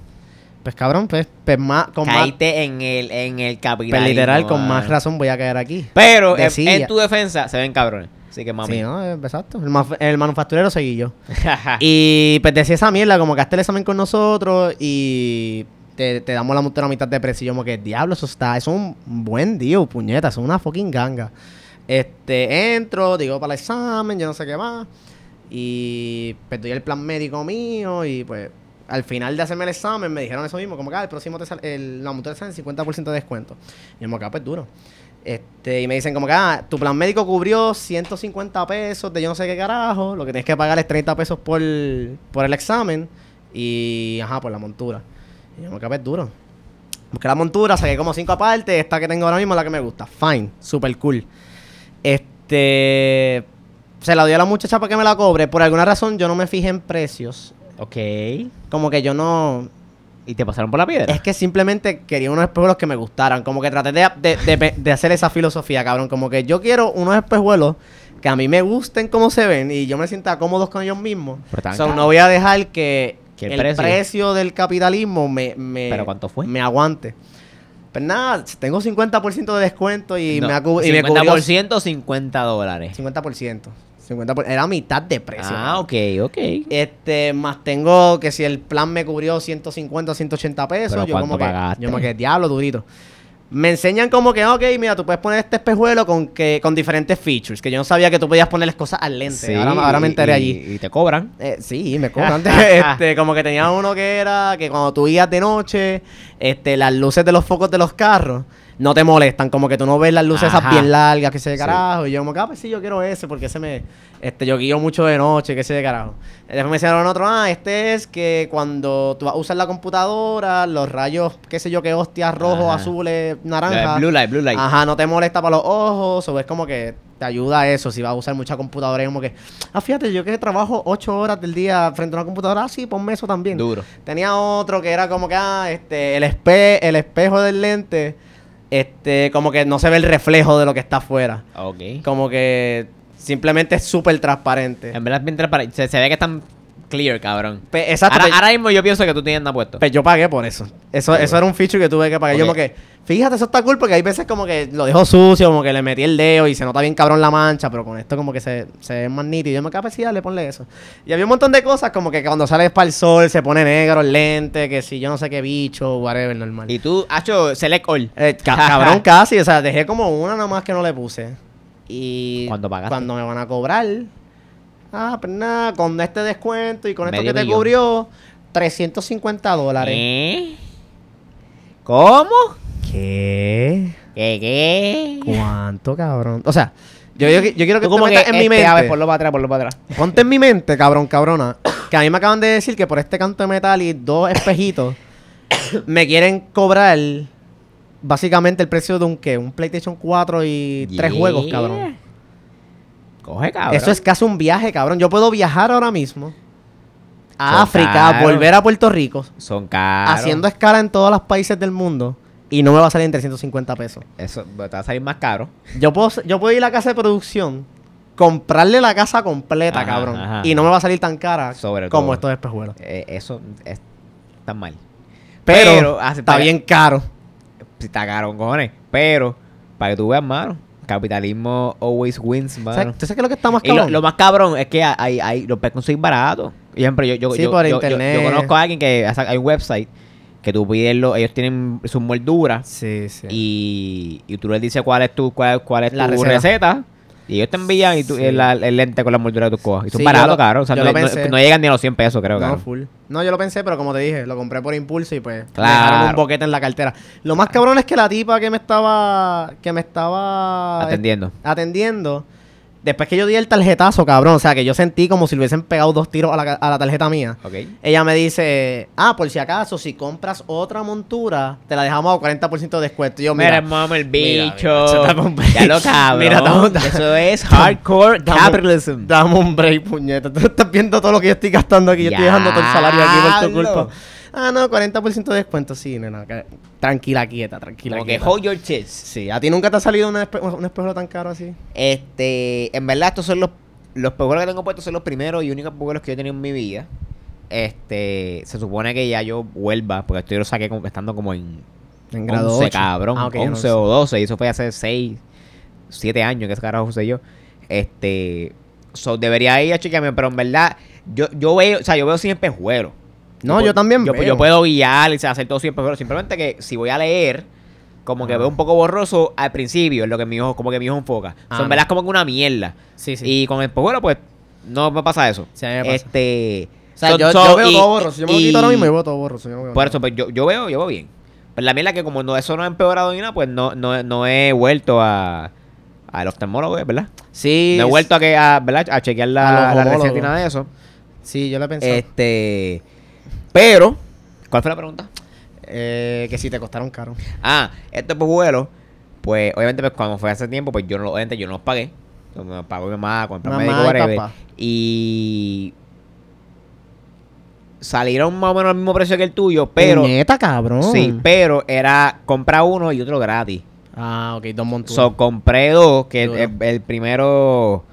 B: Pues cabrón, pues, pues más, con más,
A: Caíste ah. en el, en el
B: pues,
A: capitalismo.
B: literal, con más
A: mano.
B: razón voy a caer aquí.
A: Pero en-
B: Decía.
A: en tu defensa se ven cabrones. Así que mami.
B: Sí, ¿no? Eh, Exacto. El, maf- el manufacturero seguí yo.
A: Ajá.
B: Y pues decía esa mierda, como que hazte el examen con nosotros y te, te damos la multa a la mitad de precio. Y yo como que, diablo, eso está, eso es un buen deal, puñeta, eso es una fucking ganga. Este, entro, digo para el examen, yo no sé qué más. Y pues doy el plan médico mío y pues al final de hacerme el examen me dijeron eso mismo, como que ah, el próximo te sale, el- la multa te sale 50% de descuento. Y yo como que, ah, pues duro. Este, y me dicen como que, ah, tu plan médico cubrió 150 pesos de yo no sé qué carajo, lo que tienes que pagar es 30 pesos por, por el examen y, ajá, por la montura. Y yo me capé pues, duro. Busqué la montura, saqué como cinco aparte, esta que tengo ahora mismo es la que me gusta. Fine, super cool. Este, se la dio a la muchacha para que me la cobre. Por alguna razón yo no me fijé en precios.
A: Ok.
B: Como que yo no.
A: ¿Y te pasaron por la piedra?
B: Es que simplemente quería unos espejuelos que me gustaran. Como que traté de, de- de- de hacer esa filosofía, cabrón. Como que yo quiero unos espejuelos que a mí me gusten como se ven y yo me sienta cómodo con ellos mismos.
A: Pero tan
B: So,
A: caro.
B: no voy a dejar que
A: Que
B: el,
A: el
B: precio.
A: precio.
B: del capitalismo me, me,
A: ¿Pero cuánto fue?
B: me aguante. Pues nada, tengo 50% de descuento y
A: No,
B: me, acu- y me cubrió
A: 50% o 50 dólares.
B: 50%. 50%. Era mitad de precio.
A: Ah, ok, ok.
B: Este, más tengo que si el plan me cubrió 150, 180 pesos,
A: ¿Pero
B: yo como
A: cuánto
B: que,
A: pagaste?
B: yo me quedé diablo durito. Me enseñan como que, ok, mira, tú puedes poner este espejuelo con que con diferentes features, que yo no sabía que tú podías ponerles cosas al lente.
A: Sí,
B: ahora, ahora me
A: y-
B: enteré
A: y-
B: allí.
A: Y te cobran.
B: Eh, sí, me cobran. este, como que tenía uno que era que cuando tú ibas de noche, este, las luces de los focos de los carros no te molestan. Como que tú no ves las luces esas
A: Ajá.
B: bien largas, que se de
A: Sí.
B: carajo. Y yo como que, ah, pues sí, yo quiero ese, porque ese me... Este, yo guío mucho de noche, que se de carajo. Eh, Después me hicieron otro, ah, este es que cuando tú vas a usar la computadora, los rayos, qué sé yo, qué hostias, rojos,
A: Ajá.
B: azules,
A: Eh,
B: naranjas.
A: Blue light, blue light.
B: Ajá, no te molesta para los ojos, o es como que te ayuda a eso. Si vas a usar mucha computadora, es como que, ah, fíjate, yo que trabajo ocho horas del día frente a una computadora, ah, sí, ponme eso también.
A: Duro.
B: Tenía otro que era como que, ah, este, el, espe- el espejo del lente, este, como que no se ve el reflejo de lo que está afuera.
A: Ok.
B: Como que simplemente es súper transparente.
A: En verdad, mientras para, se, se ve que están clear, cabrón.
B: Pe- Exacto.
A: ahora,
B: pe-
A: ahora mismo yo pienso que tú tienes nada puesto.
B: Pero Pues yo pagué por eso. Eso,
A: Seguro.
B: eso era un feature que tuve que pagar. Yo como
A: Porque-
B: que, fíjate, eso está cool porque hay veces como que lo dejo sucio, como que le metí el dedo y se nota bien cabrón la mancha, pero con esto como que se, se ve más nítido. Yo me quedé, "Ah, pues sí, dale, ponle eso. Y había un montón de cosas como que cuando sales para el sol se pone negro el lente, que si yo no sé qué bicho, whatever, normal.
A: Y tú, has hecho select all.
B: Eh, ca- cabrón casi, o sea, dejé como una nada más que no le puse. Y
A: ¿Cuándo pagaste?
B: cuando me van a cobrar, ah, pues nada, con este descuento y con esto
A: Medio
B: que te
A: millón.
B: cubrió, 350 dólares.
A: ¿Eh? ¿Cómo?
B: ¿Qué?
A: ¿Qué, qué?
B: ¿Cuánto, cabrón? O sea, yo, yo, yo quiero que
A: Tú
B: tú
A: como
B: metas
A: que,
B: en mi
A: este,
B: mente.
A: a ver, ponlo para atrás, ponlo para atrás.
B: Ponte en mi mente, cabrón, cabrona. Que a mí me acaban de decir que por este canto de metal y dos espejitos me quieren cobrar básicamente el precio de un qué? Un PlayStation 4 y tres
A: Yeah.
B: juegos, cabrón.
A: Coge, cabrón.
B: Eso es casi un viaje, cabrón. Yo puedo viajar ahora mismo a
A: Son
B: África,
A: caros.
B: volver a Puerto Rico,
A: Son caros.
B: haciendo escala en todos los países del mundo y no me va a salir en 350 pesos.
A: Eso te va a salir más caro.
B: Yo puedo, ser- yo puedo ir a la casa de producción, comprarle la casa completa,
A: Ajá,
B: cabrón.
A: ajá.
B: Y no me va a salir tan cara
A: Sobre
B: como
A: todo.
B: estos espejuelos.
A: Eh, eso es tan mal.
B: Pero,
A: Pero, ah, se
B: está
A: paga-
B: bien caro.
A: Sí, Está caro, cojones. Pero, para que tú veas, mano, capitalismo always wins,
B: O sea,
A: mano.
B: ¿Tú sabes qué es lo que está más
A: Y
B: caro?
A: lo, lo más cabrón es que hay, hay, lo puedes conseguir barato. Por ejemplo, yo, yo,
B: Sí,
A: yo,
B: por
A: yo- yo-
B: internet.
A: yo conozco a alguien que hace- hay un website que tú pides, lo- ellos tienen sus molduras
B: Sí, sí.
A: y, y tú les dices cuál es tu, cuál, cuál es
B: Este. La
A: tu
B: receta.
A: receta. y ellos te envían y tú,
B: Sí.
A: el, el lente con la moldura que tú cojas. Y son
B: Sí, yo
A: baratos,
B: lo-
A: cabrón. O sea,
B: yo
A: no,
B: lo
A: le- no-
B: pensé.
A: no llegan ni a los 100 pesos, creo,
B: no,
A: cabrón.
B: full. No, yo lo pensé, pero como te dije, lo compré por impulso y pues me
A: Claro.
B: dejaron un boquete en la cartera. Lo más cabrón es que la tipa que me estaba que me estaba
A: Atendiendo.
B: atendiendo. Después que yo di el tarjetazo, cabrón, o sea, que yo sentí como si le hubiesen pegado dos tiros a la, a la tarjeta mía.
A: Ok.
B: Ella me dice, ah, por si acaso, si compras otra montura, te la dejamos a 40% de descuento. Y Yo,
A: Mira,
B: mira,
A: mama el
B: mira,
A: bicho.
B: mira, se está con-
A: ya lo cabrón.
B: Mira, estamos-
A: Eso es hardcore
B: estamos-
A: capitalism.
B: dame un break, puñeta. Tú estás viendo todo lo que yo estoy gastando aquí. Yo estoy dejando todo el salario aquí por tu
A: Diablo.
B: culpa. Ah, no, 40% de descuento. Sí, nena. que- Tranquila, quieta, tranquila,
A: Como que
B: quieta.
A: hold your chits.
B: Sí, ¿a ti nunca te ha salido una espe- un espejo tan caro así?
A: Este, en verdad, estos son los. Los pejuelos que tengo puestos son los primeros y únicos pejuelos que yo he tenido en mi vida. Este, se supone que ya yo vuelva, porque esto yo lo saqué como- estando como en
B: En
A: 11,
B: ocho.
A: cabrón.
B: Ah, ok,
A: 11 o 12, y eso fue hace 6, 7 años, que ese carajo sé yo. Este, so, debería ir a chequearme, pero en verdad, yo, yo veo, o sea, yo veo sin espejuelos.
B: No,
A: pu-
B: yo también
A: yo,
B: veo.
A: yo puedo guiar, o sea, hacer todo sin espejuelos. Simplemente que si voy a leer, como que
B: Ah.
A: veo un poco borroso al principio, es lo que mi ojo, como que mi ojo enfoca.
B: Ah,
A: Son
B: no.
A: verdad es como que una mierda.
B: Sí, sí.
A: Y con el espejuelo, pues, no me pasa eso.
B: Sí, a mí me pasa.
A: Este.
B: o sea,
A: so-
B: yo,
A: so,
B: yo veo
A: y-
B: todo borroso. Yo me lo
A: y-
B: quito ahora mismo y veo todo borroso. Yo no veo
A: por
B: nada.
A: eso, pues yo, yo veo, yo veo bien. Pero la mierda es que como no, eso no ha empeorado ni nada, pues no, no, no he vuelto a al oftalmólogo, eh, ¿verdad?
B: Sí.
A: No he vuelto a que a, ¿verdad? a chequear
B: A
A: la,
B: los
A: la
B: homólogos.
A: receta y nada de eso.
B: Sí, yo lo he pensado.
A: Este, pero, ¿cuál fue la pregunta?
B: Eh, que sí, te costaron caro.
A: Ah, estos vuelos, pues obviamente pues, cuando fue hace tiempo, pues yo no, lo- obviamente yo no los pagué. Me pagó mi mamá, compré
B: Mamá
A: médico,
B: y
A: whatever.
B: papá.
A: Y salieron más o menos al mismo precio que el tuyo, pero...
B: Neta, cabrón.
A: Sí, pero era compra uno y otro gratis.
B: Ah, ok, dos monturas.
A: So, compré dos, que el,
B: Duro.
A: el- el primero...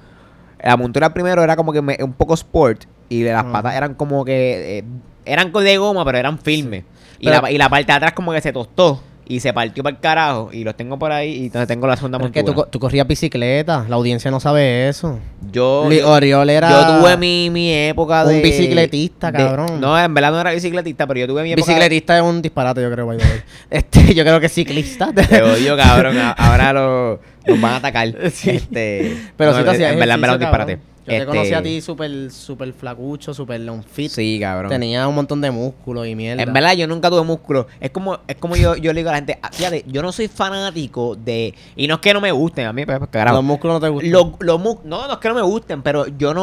A: La montura primero era como que me- un poco sport y de las
B: Ajá.
A: patas eran como que... eh, eran co- de goma, pero eran firmes. Y,
B: Pero-
A: la, y la parte de atrás como que se tostó y se partió para el carajo y los tengo por ahí y entonces tengo la segunda
B: Pero es que
A: montura.
B: tú, co- tú corrías bicicleta, la audiencia no sabe eso.
A: yo,
B: Li-
A: yo-
B: Oriol era
A: yo tuve mi, mi época
B: un
A: de...
B: bicicletista,
A: de-
B: cabrón.
A: no, en verdad no era bicicletista, pero yo tuve mi época...
B: bicicletista es un disparate, yo creo, by the way. Este, yo creo que ciclista.
A: Te odio, cabrón. A- Ahora lo- nos van a atacar.
B: Sí.
A: Este,
B: Pero
A: no,
B: sí te
A: en-
B: hacía
A: En verdad, en verdad, un
B: ejercicio, cabrón.
A: disparate.
B: Yo te conocí
A: Este,
B: a ti súper super flacucho, súper long fit.
A: Sí, cabrón.
B: Tenía un montón de músculo y mierda.
A: En verdad, yo nunca tuve músculo. Es como, es como yo, yo le digo a la gente, ah, fíjate, yo no soy fanático de. Y no es que no me gusten, a mí, pero carajo.
B: Los músculos no te gustan.
A: Los, los mu- no, no es que no me gusten, pero yo no.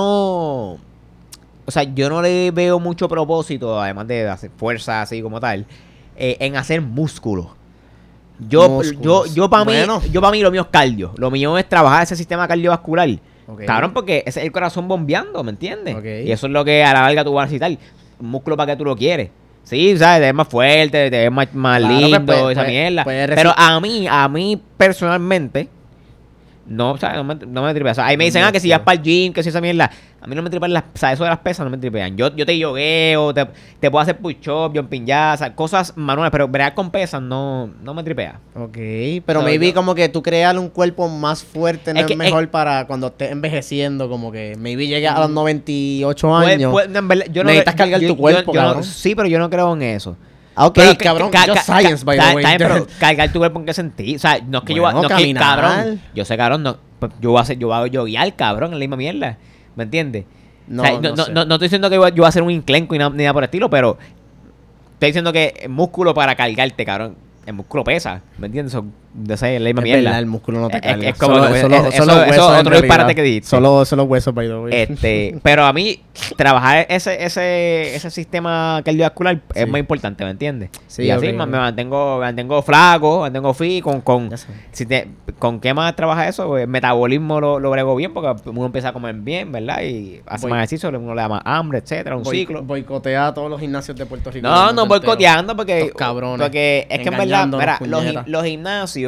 A: O sea, yo no le veo mucho propósito, además de hacer fuerza así como tal, eh, en hacer músculo. Yo, yo,
B: Músculos.
A: yo para
B: Bueno.
A: mí, yo para mí lo mío es cardio. Lo mío es trabajar ese sistema cardiovascular.
B: Ok.
A: Cabrón, porque ese es el corazón bombeando, ¿me entiendes?
B: Ok.
A: Y eso es lo que a la larga tú vas a necesitar. Un músculo para que tú lo quieres. Sí, ¿sabes? Te ves más fuerte, te ves más, más
B: Claro, pues,
A: lindo,
B: puede-
A: esa
B: puede-
A: mierda.
B: puede resi-
A: Pero a mí, a mí personalmente, no, ¿sabes? No me, no me tripea. O sea, ahí me dicen, ah, que si vas para el gym, que si esa mierda. A mí no me tripean las... O sea, eso de las pesas no me tripean. Yo, yo te yogueo, te, te puedo hacer push-up, jumping jacks, o sea, cosas manuales. Pero bregar con pesas no, no me tripea.
B: Ok, pero
A: No,
B: maybe
A: yo-
B: como que tú crear un cuerpo más fuerte no
A: Es
B: es,
A: que-
B: mejor para cuando estés envejeciendo, como que maybe llegues a los
A: Mm.
B: 98
A: Pues-
B: años.
A: pues, en verdad, yo no
B: Necesitas
A: yo-
B: cargar tu
A: yo-
B: cuerpo,
A: yo no-
B: cabrón.
A: sí, pero yo no creo en eso.
B: Ah, ok,
A: Pero que-
B: cabrón,
A: ca-
B: yo
A: ca-
B: science,
A: ca-
B: by
A: ca-
B: the way.
A: también, pero cargar tu cuerpo en qué sentido. O sea, no es que yo
B: Bueno,
A: va- no es que,
B: caminar.
A: cabrón. Yo sé, cabrón, no, pues, yo voy a hacer, yo voy a yoguear, cabrón, en la misma mierda. ¿Me entiendes? O
B: no,
A: sea,
B: no, sé.
A: no estoy diciendo que yo, yo voy a hacer un inclenco y na- ni nada por el estilo, pero estoy diciendo que el músculo para cargarte, cabrón. El músculo pesa, ¿me entiendes? Eso- No sé, es la misma
B: Es
A: mierda.
B: verdad, el músculo no te
A: Es-
B: carga.
A: es como- es- es- eso-
B: huesos
A: eso
B: en
A: otro
B: realidad.
A: disparate que dijiste.
B: Solo, solo huesos, by the way.
A: Este, pero a mí, trabajar ese, ese, ese sistema cardiovascular es
B: Sí.
A: más importante, ¿me entiendes?
B: Sí,
A: y así
B: ok,
A: ma-
B: ok.
A: me mantengo, me mantengo flaco, me mantengo fit, con, con,
B: Ya sé.
A: si te- con qué más trabaja eso, Pues, el metabolismo lo, lo brego bien, porque uno empieza a comer bien, ¿verdad? Y hace
B: Voy-
A: más ejercicio, uno le da más hambre, etcétera, un
B: Boic-
A: ciclo.
B: Boicotea a todos los gimnasios de Puerto Rico.
A: No,
B: del
A: no
B: mundo entero.
A: boicoteando porque,
B: Estos cabrones,
A: porque es que en verdad,
B: engañándonos,
A: mira, los,
B: puñeta.
A: gi- los gimnasios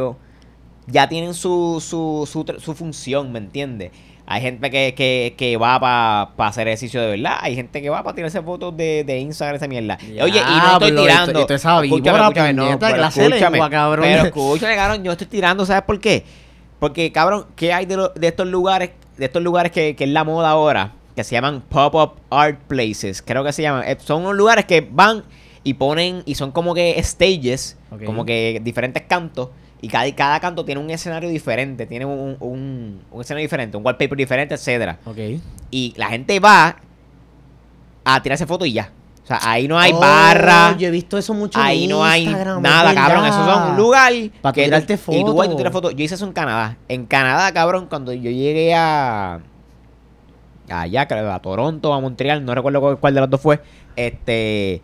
A: ya tienen su, su, su, tr- su función, ¿me entiendes? Hay gente que, que, que va para hacer ejercicio de verdad, hay gente que va para tirarse fotos de, de Instagram, esa mierda. Oye, y no
B: Diablo, y
A: estoy
B: tú-
A: tirando.
B: y tú esa víbora, puñeta,
A: pero
B: clase de lengua,
A: escúchame,
B: cabrón.
A: Pero escúchame, cabrón, yo estoy tirando, ¿sabes por qué? Porque, cabrón, ¿qué hay de, lo- de estos lugares, de estos lugares que, que es la moda ahora? Que se llaman pop-up art places, creo que se llaman. Eh, Son unos lugares que van y ponen, y son como que stages,
B: Ok.
A: como que diferentes cantos, y cada, cada canto tiene un escenario diferente, tiene un, un, un escenario diferente, un wallpaper diferente, etcétera
B: Ok.
A: Y la gente va a tirarse fotos y ya. O sea, ahí no hay
B: Oh,
A: barra.
B: Yo he visto eso mucho. en
A: Ahí no hay
B: Instagram, es
A: nada, cabrón.
B: verdad.
A: Eso es un lugar.
B: Pa' tú
A: que tú-
B: tirarte
A: Y tú vas y tú tiras
B: fotos.
A: fotos. Yo hice eso en Canadá. En Canadá, cabrón, cuando yo llegué a. Allá, creo, a Toronto, a Montreal, no recuerdo cuál- cuál de los dos fue. Este.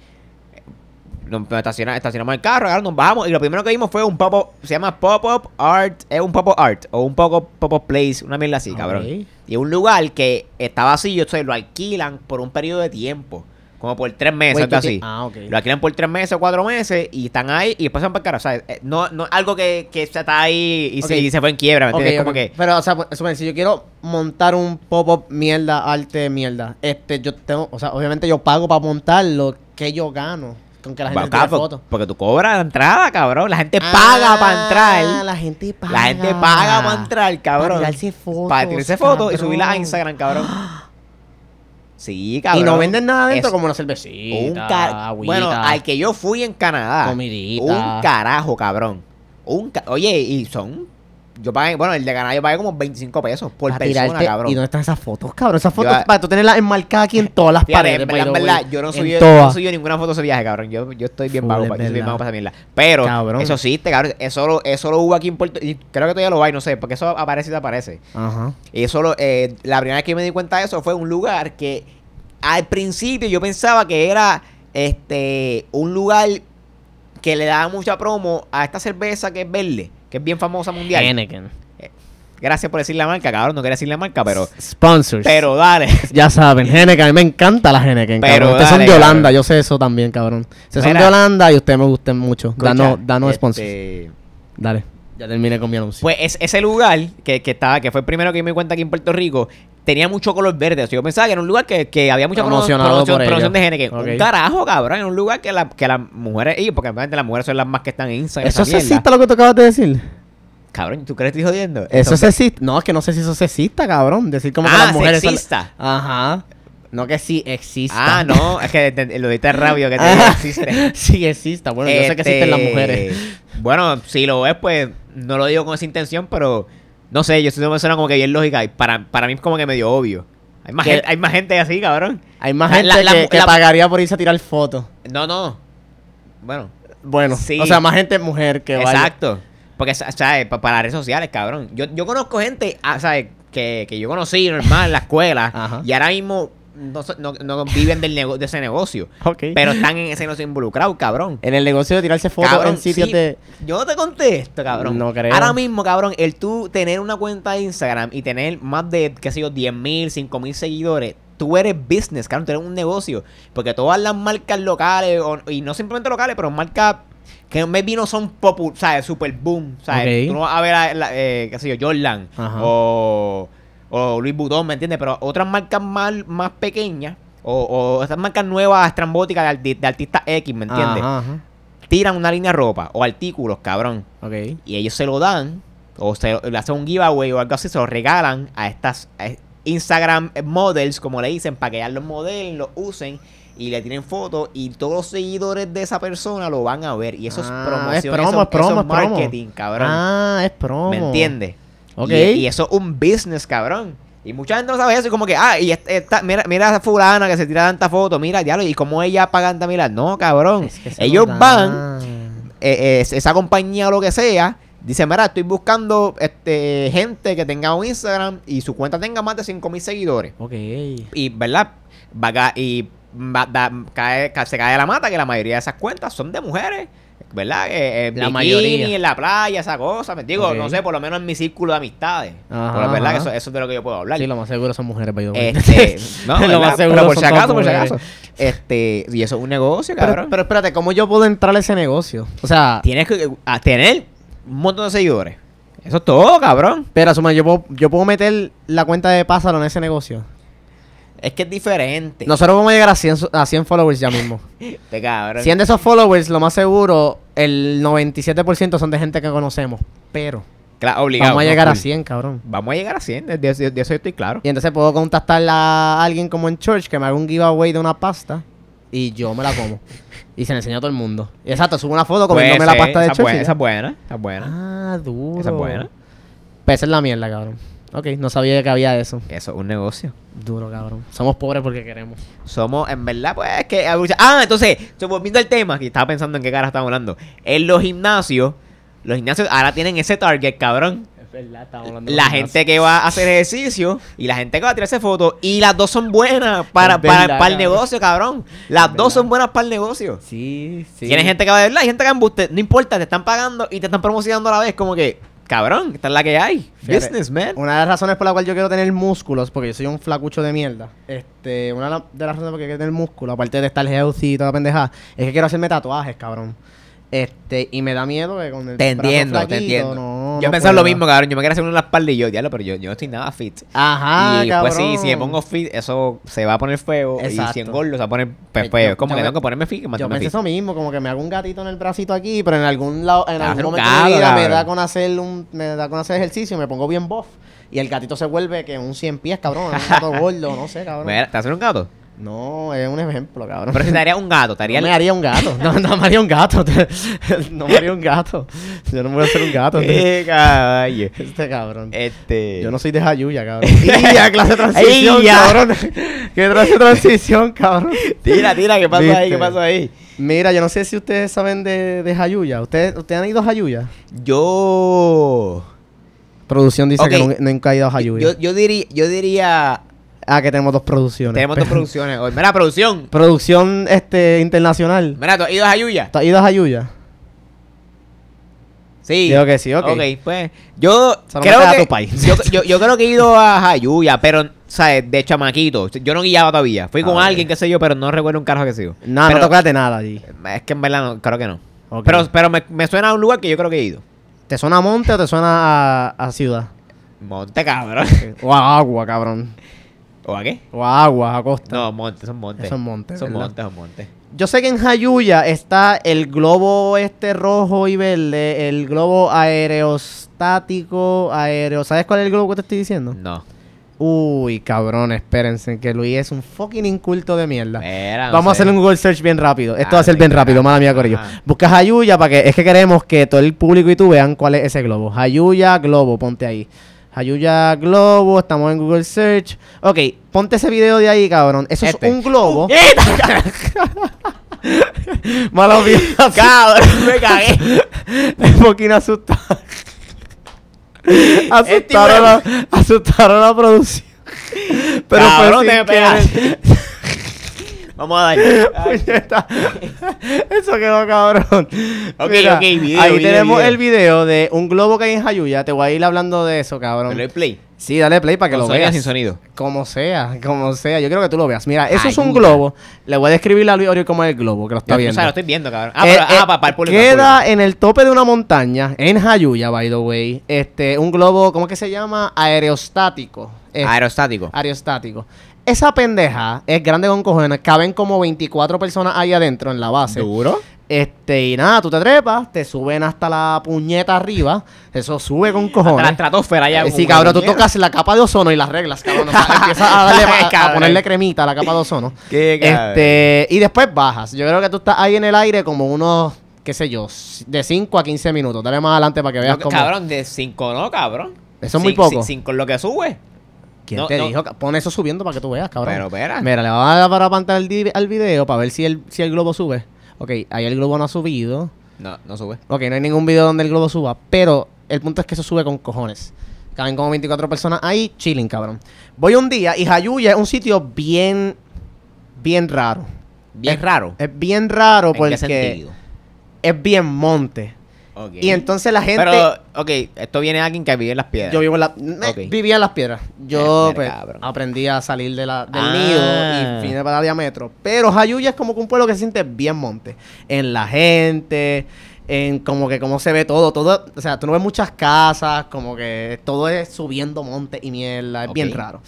A: Nos nos estaciona- estacionamos el carro, cabrón, nos bajamos. Y lo primero que vimos fue un pop-up. Se llama pop-up art. Es un pop-up art. O un poco pop-up place. Una mierda así,
B: Ok.
A: cabrón. Y es un lugar que está vacío, entonces lo alquilan por un periodo de tiempo. Como por tres meses,
B: Wait,
A: algo
B: tú ti-
A: así.
B: Ah, ok.
A: Lo alquilan por tres meses o cuatro meses y están ahí y después se van para el carajo. O sea, eh, no, no algo que, que se está ahí y, se-
B: Ok.
A: y se, fue en quiebra, ¿me
B: Ok,
A: entiendes?
B: ok.
A: Como que.
B: Pero, o sea, por- supongo, si yo quiero montar un pop-up mierda, arte mierda, este, yo tengo, o sea, obviamente yo pago para montarlo, que yo gano? Con que la gente
A: Va,
B: tire
A: cabrón,
B: fotos.
A: porque tú cobras la entrada, cabrón. La gente paga para
B: Ah,
A: entrar.
B: La gente paga.
A: La gente paga para entrar,
B: Para
A: cabrón.
B: tirarse fotos.
A: Para tirarse fotos y
B: cabrón.
A: subirlas a Instagram, cabrón. Sí,
B: Y
A: cabrón.
B: no venden nada adentro
A: Es-
B: como una
A: Un
B: cervecita,
A: ca-
B: agüita.
A: Bueno, al que yo fui en Canadá.
B: Comidita.
A: Un carajo, cabrón. Un ca- Oye, y son. Yo pagué, bueno, el de Canadá yo pagué como 25 pesos por
B: Pa'
A: persona,
B: tirarte-
A: cabrón.
B: ¿Y dónde están esas fotos, cabrón? Esas fotos
A: Yo-
B: para tú tenerlas enmarcadas aquí en todas las
A: Fíjate,
B: paredes.
A: en verdad,
B: by
A: en
B: the way.
A: verdad, yo no
B: En
A: subí, yo
B: todas.
A: no subí ninguna foto de ese viaje, cabrón. Yo, yo estoy bien
B: Full,
A: vago
B: es
A: pa- yo soy bien
B: verdad.
A: vago para esa mierda. Pero
B: Cabrón.
A: eso existe, cabrón. Eso lo, eso lo hubo aquí en Puerto y creo que todavía lo hay, no sé, porque eso aparece y desaparece.
B: Ajá.
A: Y eso lo, eh, la primera vez que me di cuenta de eso fue un lugar que al principio yo pensaba que era este un lugar que le daba mucha promo a esta cerveza que es verde, que es bien famosa mundial.
B: Heineken.
A: Gracias por decir la marca, cabrón. No quería decir la marca, pero.
B: Sponsors.
A: Pero dale.
B: Ya saben, Henneken, a mí me encanta la Henneken,
A: Pero
B: cabrón. Ustedes son
A: dale,
B: de Holanda,
A: cabrón.
B: yo sé eso también, cabrón. Ustedes son
A: Mira.
B: de Holanda y ustedes me gustan mucho. Danos,
A: Escucha,
B: danos
A: este,
B: sponsors. Dale. Ya terminé con mi anuncio.
A: Pues es- ese lugar que, que estaba, que fue el primero que me di cuenta aquí en Puerto Rico, tenía mucho color verde. O sea, yo pensaba que era un lugar que, que había mucha promoción,
B: Promocionado
A: promoción,
B: por
A: promoción de
B: ellos.
A: Henneken.
B: Ok.
A: Un carajo, cabrón. Era un lugar que, la- que las mujeres. Y porque obviamente las mujeres son las más que están en Instagram. esa
B: ¿Eso es
A: mierda.
B: sexista lo que tú acabas de decir?
A: Cabrón, ¿tú crees que estoy jodiendo?
B: Eso es
A: Entonces-
B: sexista. No, es que no sé si eso es sexista, cabrón. Decir como que
A: Ah,
B: las mujeres. son-
A: sexista.
B: Ajá. No que sí exista.
A: Ah, no, es que te- te- lo diste rápido que te
B: Ah.
A: digo, existe.
B: sí exista. Bueno, yo sé que
A: Este,
B: existen las mujeres.
A: Bueno, si lo ves, pues no lo digo con esa intención, pero no sé, yo siento que suena como que bien lógica y para, para mí es como que medio obvio. Hay más,
B: Que-
A: gente, hay más gente así, cabrón.
B: Hay más
A: la-
B: gente
A: la-
B: que,
A: la-
B: que
A: la-
B: pagaría por irse a tirar fotos.
A: No, no. Bueno,
B: Bueno,
A: Sí.
B: o sea, más gente mujer que vaya.
A: exacto. Porque, sa- ¿sabes? Pa- Para las redes sociales, cabrón. Yo, yo conozco gente, ah, ¿sabes? Que, que yo conocí normal en la escuela
B: Ajá.
A: y ahora mismo no, so- no- no viven del nego- de ese negocio.
B: Ok.
A: Pero están en ese negocio involucrados, cabrón.
B: en el negocio de tirarse fotos
A: Cabrón,
B: en sitios
A: sí.
B: de.
A: Yo no te contesto, cabrón.
B: No creo.
A: Ahora mismo, cabrón, el tú tener una cuenta de Instagram y tener más de, qué sé yo, 10 mil, 5 mil seguidores, tú eres business, cabrón, tú eres un negocio. Porque todas las marcas locales, o- y no simplemente locales, pero marcas que maybe no son popu, ¿sabes? Super boom, ¿sabes?
B: Ok.
A: Tú no vas a ver, a la- eh, qué sé yo, Jordan
B: Ajá.
A: o, o Luis Vuitton, ¿me entiendes? Pero otras marcas más, más pequeñas o, o estas marcas nuevas, estrambóticas de, arti- de artistas X, ¿me entiendes?
B: Ajá, ajá.
A: tiran una línea de ropa o artículos, cabrón,
B: Ok.
A: y ellos se lo dan, o se lo- le hacen un giveaway o algo así, se lo regalan a estas a Instagram models, como le dicen, para que ya los modelen, los usen y le tienen fotos y todos los seguidores de esa persona lo van a ver. Y eso
B: Ah,
A: es
B: es
A: promoción,
B: promo,
A: eso,
B: es promo,
A: eso
B: es promo.
A: marketing, cabrón.
B: Ah, es promo.
A: ¿Me entiendes?
B: Ok.
A: Y, y eso es un business, cabrón. Y mucha gente no sabe eso, y como que, ah, y esta, esta- mira, mira a esa fulana que se tira tanta foto, mira, diablo, y cómo ella paga tanta mira. No, cabrón.
B: Es que se
A: Ellos
B: lo
A: van
B: dan.
A: eh, eh, es- esa compañía o lo que sea, dice, mira, estoy buscando este, gente que tenga un Instagram y su cuenta tenga más de 5.000 seguidores.
B: Ok.
A: Y, ¿verdad? Va a ca- y va- da- cae- ca- se cae de la mata que la mayoría de esas cuentas son de mujeres. ¿Verdad? Eh, eh,
B: La
A: bikini,
B: mayoría.
A: en la playa, esa cosa. Me digo,
B: Ok.
A: no sé, por lo menos en mi círculo de amistades.
B: Ajá,
A: Pero, ¿verdad?
B: ajá.
A: Que eso, eso es de lo que yo puedo hablar.
B: Sí, lo más seguro son mujeres, by the way.
A: Este, no,
B: Lo
A: ¿verdad?
B: más seguro
A: pero por
B: son
A: si acaso,
B: todas
A: por si
B: mujeres.
A: acaso. Este, y eso es un negocio, cabrón.
B: pero, pero espérate, ¿cómo yo puedo entrar a ese negocio? O sea,
A: Tienes que eh, a tener un montón de seguidores. Eso es todo, cabrón.
B: pero asuma, yo puedo, yo puedo meter la cuenta de Pásalo en ese negocio.
A: Es que es diferente.
B: Nosotros vamos a llegar a 100, so- a 100 followers ya mismo.
A: Este cabrón.
B: 100 de esos followers, lo más seguro, el 97% son de gente que conocemos. Pero
A: Cla- obligado,
B: vamos a
A: no,
B: llegar a
A: full.
B: 100, cabrón.
A: Vamos a llegar a 100. De, de- de eso yo estoy claro.
B: Y entonces puedo contactar a alguien como en church que me haga un giveaway de una pasta y yo me la como. y se la enseño a todo el mundo. Y exacto, subo una foto
A: Puede
B: comiéndome la
A: ser,
B: pasta de
A: Pues esa
B: church. y
A: buena,
B: ya.
A: esa es buena. Esa es buena.
B: Ah, duro.
A: Esa es buena.
B: Pues esa es la mierda, cabrón. Ok, no sabía que había eso.
A: Eso es un negocio.
B: Duro, cabrón. Somos pobres porque queremos.
A: Somos, en verdad, pues, es que. Ah, entonces, so, volviendo al tema, que estaba pensando en qué cara estamos hablando. En los gimnasios, los gimnasios ahora tienen ese target, cabrón.
B: Es verdad, estamos hablando
A: La gente que va a hacer ejercicio y la gente que va a tirarse fotos. Y las dos son buenas para, para,
B: Es verdad,
A: para el
B: cabrón.
A: negocio, cabrón. Las
B: Es
A: dos
B: verdad.
A: son buenas para el negocio.
B: Sí, sí.
A: Tiene gente que va a verla, hay gente que embuste. No importa, te están pagando y te están promocionando a la vez. Como que, cabrón, esta es la que hay.
B: Fíjate,
A: Business, man.
B: Una de las razones por la cual yo quiero tener músculos, porque yo soy un flacucho de mierda. Este, una de la- de las razones por la que quiero tener músculo, aparte de estar healthy y toda la pendejada, es que quiero hacerme tatuajes, cabrón. Este, y me da miedo que con el
A: Te
B: brazo
A: entiendo, te
B: flaquito,
A: entiendo.
B: no,
A: yo
B: no
A: pensaba lo
B: puedo.
A: mismo, cabrón. Yo me quería hacer uno en la espalda y yo, diablo, pero yo, yo no estoy nada fit.
B: Ajá,
A: y
B: Ah,
A: pues
B: cabrón.
A: sí, si me pongo fit, eso se va a poner feo. Y
B: Exacto.
A: si engordo, se va a poner
B: Eh,
A: pe-
B: yo-
A: feo. Es como
B: yo
A: que
B: me-
A: tengo que ponerme fit. que
B: Yo
A: mantenerme
B: pensé
A: fit.
B: eso mismo, como que me hago un gatito en el bracito aquí, pero en algún lado, en
A: Te hace
B: algún
A: un
B: momento de mi
A: gato,
B: vida me
A: cabrón.
B: da con hacer un, me da con hacer ejercicio y me pongo bien buff. Y el gatito se vuelve que un 100 pies, cabrón, un gato gordo, no sé, cabrón.
A: Mira, ¿Te haces un gato?
B: No, es un ejemplo, cabrón.
A: Pero si te haría un gato, te haría
B: no
A: el-
B: me haría un gato. No, no me haría un gato. no me haría un gato. Yo no me voy a hacer un gato.
A: Eh, caballo.
B: Este cabrón.
A: Este.
B: Yo no soy de Jayuya, cabrón. ¡Y ya, clase de transición,
A: ¡Y ya!
B: cabrón! ¡Qué clase de transición, cabrón!
A: Tira, tira, ¿qué pasó ahí?
B: Viste.
A: ¿Qué pasó ahí?
B: Mira, yo no sé si ustedes saben de, de Jayuya. ¿Ustedes, ¿Ustedes han ido a Jayuya?
A: Yo.
B: Producción dice
A: Ok.
B: que nun- nunca ha ido a Jayuya.
A: Yo, yo, diría, yo diría.
B: Ah, que tenemos dos producciones.
A: Tenemos dos producciones hoy. Mira, producción.
B: Producción este, internacional.
A: Mira, tú has ido a Jayuya.
B: ¿Tú has ido a Jayuya?
A: Sí.
B: Digo que sí, ok.
A: Ok, pues. Yo
B: Solo
A: creo
B: metes a
A: que.
B: tu país.
A: Yo, yo- yo creo que he ido a Jayuya, pero, ¿sabes? De chamaquito. Yo no guiaba todavía. Fui
B: Ah,
A: con
B: ok.
A: alguien, qué sé yo, pero no recuerdo un carajo que sigo.
B: No,
A: Pero-
B: no te acuerdas de nada allí.
A: Es que en verdad, no, creo que no.
B: Ok.
A: Pero, pero me, me suena a un lugar que yo creo que he ido.
B: ¿Te suena a monte o te suena a, a ciudad?
A: Monte, cabrón.
B: O a agua, cabrón.
A: ¿O a qué?
B: O a agua, a costa.
A: No, monte, son montes.
B: Son montes,
A: Son
B: ¿verdad?
A: montes, son montes.
B: Yo sé que en Jayuya está el globo este rojo y verde, el globo aerostático, aéreo. ¿Sabes cuál es el globo que te estoy diciendo?
A: No.
B: Uy, cabrón, espérense, que Luis es un fucking inculto de mierda.
A: Espera, no
B: Vamos a
A: sé.
B: hacer un Google search bien rápido. Esto va a ser
A: Dale,
B: bien rápido,
A: dale,
B: mala mía, Corillo.
A: ajá.
B: Busca Jayuya para que. Es que queremos que todo el público y tú vean cuál es ese globo. Jayuya Globo, ponte ahí. Jayuya Globo, estamos en Google Search. Ok, ponte ese video de ahí, cabrón. Eso
A: Este.
B: es un globo.
A: ¡Eta!
B: Mala mía.
A: ¡Cabrón! ¡Me cagué!
B: Un poquito asustado.
A: Este hijo de-
B: asustaron, la, asustaron la producción. Pero pues fue
A: ¡Cabrón,
B: sin
A: te me
B: querer.
A: pegaste! Vamos a dar.
B: Puñeta. Eso quedó cabrón.
A: Ok, ok, video,
B: Ahí
A: video,
B: tenemos
A: video.
B: el video de un globo que hay en Jayuya. Te voy a ir hablando de eso, cabrón.
A: Pero el play.
B: Sí, dale play para que
A: Con
B: lo
A: sonido
B: veas.
A: sin sonido.
B: Como sea, como sea. Yo creo que tú lo veas. Mira, eso es un
A: Ayuda.
B: globo. Le voy a describir a Luis Oriol como es el globo, que lo está
A: Yo-
B: viendo.
A: O sea, lo estoy viendo, cabrón. Ah,
B: Eh,
A: pero, ah
B: eh,
A: para, para el público.
B: Queda
A: para el
B: en el tope de una montaña, en Jayuya, by the way. Este, un globo, ¿cómo es que se llama? Aerostático.
A: público.
B: Este,
A: Aerostático.
B: aerostático. Esa pendeja es grande con cojones. Caben como 24 personas ahí adentro en la base.
A: ¿Seguro?
B: Este, y nada, tú te trepas, te suben hasta la puñeta arriba. Eso sube con
A: Hasta la
B: cojones.
A: estratosfera ya.
B: Eh,
A: como
B: Sí, cabrón, tú
A: mierda.
B: tocas la capa de ozono y las reglas, cabrón. O sea, empiezas a, darle- a- a
A: Cabrón.
B: ponerle cremita a la capa de ozono.
A: Qué cabrón.
B: Este, y después bajas. Yo creo que tú estás ahí en el aire como unos, qué sé yo, de 5 a 15 minutos. Dale más adelante para que veas
A: No,
B: cómo.
A: Cabrón, de 5 no, cabrón.
B: Eso es muy
A: Cin-
B: poco.
A: cin- Cinco es lo que sube.
B: ¿Quién
A: No,
B: te
A: no.
B: dijo? ca- Pon eso subiendo para que tú veas, cabrón.
A: Pero ah. espera.
B: Mira, le vamos a dar para apantar al, di- al video para ver si el, si el globo sube. Ok, ahí el globo no ha subido.
A: No, no sube.
B: Ok, no hay ningún video donde el globo suba, pero el punto es que eso sube con cojones. Caben como 24 personas ahí, chilling, cabrón. Voy un día y Jayuya es un sitio bien, bien raro.
A: Bien
B: Es-
A: raro.
B: Es bien raro
A: ¿En qué
B: porque
A: sentido?
B: es bien monte.
A: Ok.
B: Y entonces la gente...
A: Pero, ok, esto viene de alguien que vive en las piedras.
B: yo vivo en la- me-
A: Ok.
B: vivía en las piedras.
A: Eh,
B: Yo pues,
A: cabrón.
B: aprendí a salir de la, del
A: Ah.
B: nido y vine para diámetro. Pero Jayuya es como que un pueblo que se siente bien monte. En la gente, en como que cómo se ve todo. todo o sea, tú no ves muchas casas, como que todo es subiendo monte y mierda. Es bien
A: Ok.
B: raro.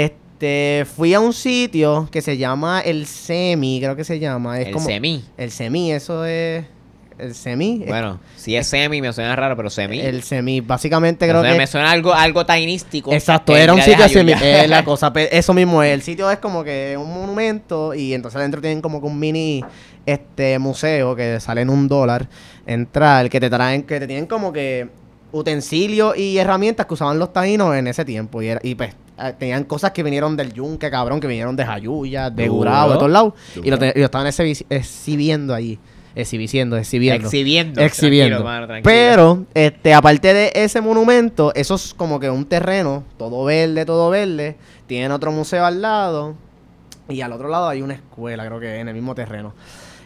B: Este, fui a un sitio que se llama El Semi, creo que se llama. Es
A: el
B: como,
A: semi.
B: El Semi, eso es... El Semi. es-
A: Bueno, si es semi, me suena raro, pero semi.
B: el Semi, básicamente
A: me,
B: creo
A: suena,
B: que...
A: me suena algo, algo tainístico.
B: Exacto,
A: Que
B: era un
A: ya de
B: sitio así,
A: Jayuya.
B: es la cosa, pe- eso mismo es, el sitio es como que un monumento y entonces adentro tienen como que un mini este museo que sale en un dólar entrar, que te traen, que te tienen como que utensilios y herramientas que usaban los taínos en ese tiempo y, era- y pues eh, tenían cosas que vinieron del yunque, cabrón, que vinieron de Jayuya, de
A: Duro.
B: Gurao, de todos lados y lo,
A: Duro.
B: te- y lo estaban exhibi- exhibiendo allí, exhibiciendo, exhibiendo.
A: Exhibiendo.
B: Exhibiendo.
A: Tranquilo, mano, tranquilo.
B: Pero, este, aparte de ese monumento, eso es como que un terreno, todo verde, todo verde. Tienen otro museo al lado. Y al otro lado hay una escuela, creo que en el mismo terreno.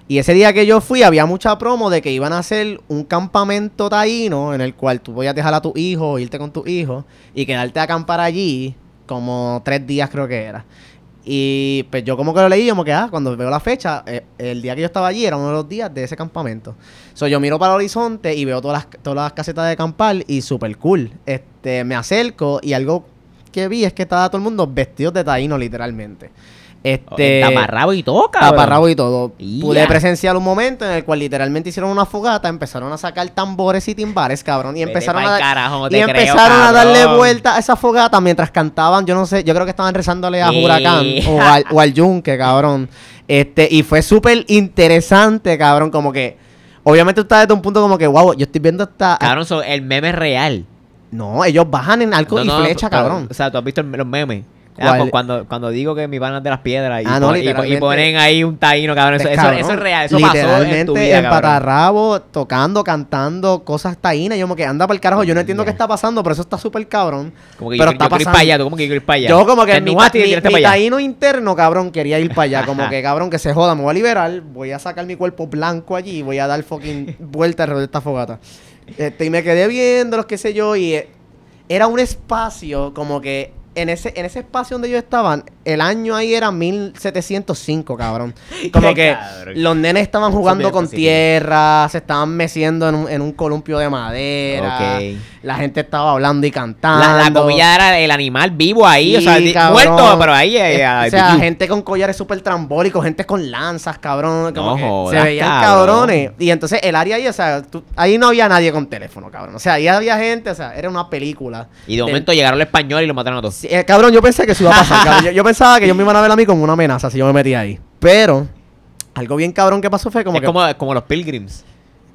B: Y ese día que yo fui, había mucha promo de que iban a hacer un campamento taíno en el cual tú podías dejar a tu hijo, o irte con tu hijo y quedarte a acampar allí como tres días, creo que era. Y pues yo como que lo leí, yo me quedé, ah, cuando veo la fecha, eh, el día que yo estaba allí era uno de los días de ese campamento. So, yo miro para el horizonte y veo todas las, todas las casetas de campal y super cool. Este, me acerco y algo que vi es que estaba todo el mundo vestidos de taíno, literalmente.
A: Oh,
B: Este,
A: Taparrabo y toca.
B: taparrabo y todo.
A: Ya.
B: Pude presenciar un momento en el cual literalmente hicieron una fogata, empezaron a sacar tambores y timbales, cabrón, y empezaron a dar- y empezaron a darle vuelta a esa fogata mientras cantaban, yo no sé, yo creo que estaban rezándole a
A: Sí.
B: Huracán o al, o al Yunque, cabrón. Este, y fue súper interesante, cabrón, como que, obviamente tú estás desde un punto como que, wow, yo estoy viendo esta...
A: Cabrón, so- el meme es real.
B: No, ellos bajan en arco
A: No,
B: y
A: no,
B: flecha,
A: pero-
B: cabrón.
A: O sea, tú has visto el- los memes. Ah,
B: ¿Cuál?
A: pues cuando, cuando digo que mi pana es de las piedras y,
B: Ah, no,
A: pon- y pon- y
B: literalmente.
A: ponen ahí un taíno, cabrón. Eso,
B: Pues,
A: eso-
B: cabrón,
A: eso es real, eso pasó en tu vida,
B: en
A: cabrón.
B: patarrabo, tocando, cantando, cosas taínas. Yo como que anda para el carajo. Yo no entiendo
A: Ya.
B: qué está pasando, pero eso está súper cabrón.
A: Como que yo,
B: pero
A: quiero-
B: está
A: yo quiero ir
B: pasando.
A: para allá, tú como que yo quiero ir para allá.
B: Yo como que
A: Te
B: mi,
A: animaste y
B: mi-
A: tiraste
B: mi
A: para allá.
B: taíno interno, cabrón, quería ir para allá. Como que, cabrón, que se joda, me voy a liberar, voy a sacar mi cuerpo blanco allí y voy a dar fucking vuelta alrededor de esta fogata. Este, y me quedé viendo los qué sé yo, y eh, era un espacio como que en ese, en ese espacio donde yo estaban, el año ahí era 1705, cabrón. Como que
A: Cabrón.
B: los nenes estaban jugando
A: bien
B: con
A: específico.
B: tierra, se estaban meciendo en un, en un columpio de madera.
A: Ok.
B: La gente estaba hablando y cantando.
A: La, la comida era el animal vivo ahí, o
B: Sí,
A: sea, di-
B: cabrón.
A: muerto, pero ahí. eh,
B: Es-
A: ah,
B: o sea,
A: biquí.
B: gente con collares súper trambóricos, gente con lanzas, cabrón. Como
A: No
B: que
A: jodas,
B: se veían
A: cabrón.
B: cabrones. Y entonces el área ahí, o sea, tú- ahí no había nadie con teléfono, cabrón. O sea, ahí había gente, o sea, era una película.
A: Y de
B: Del-
A: momento llegaron los españoles y lo mataron a todos.
B: Sí, eh, cabrón, yo pensé que eso iba a pasar. cabrón. Yo, yo pensaba que ellos me iban a ver a mí como una amenaza si yo me metía ahí. Pero, algo bien cabrón que pasó fue como
A: es
B: que.
A: como, es como los pilgrims.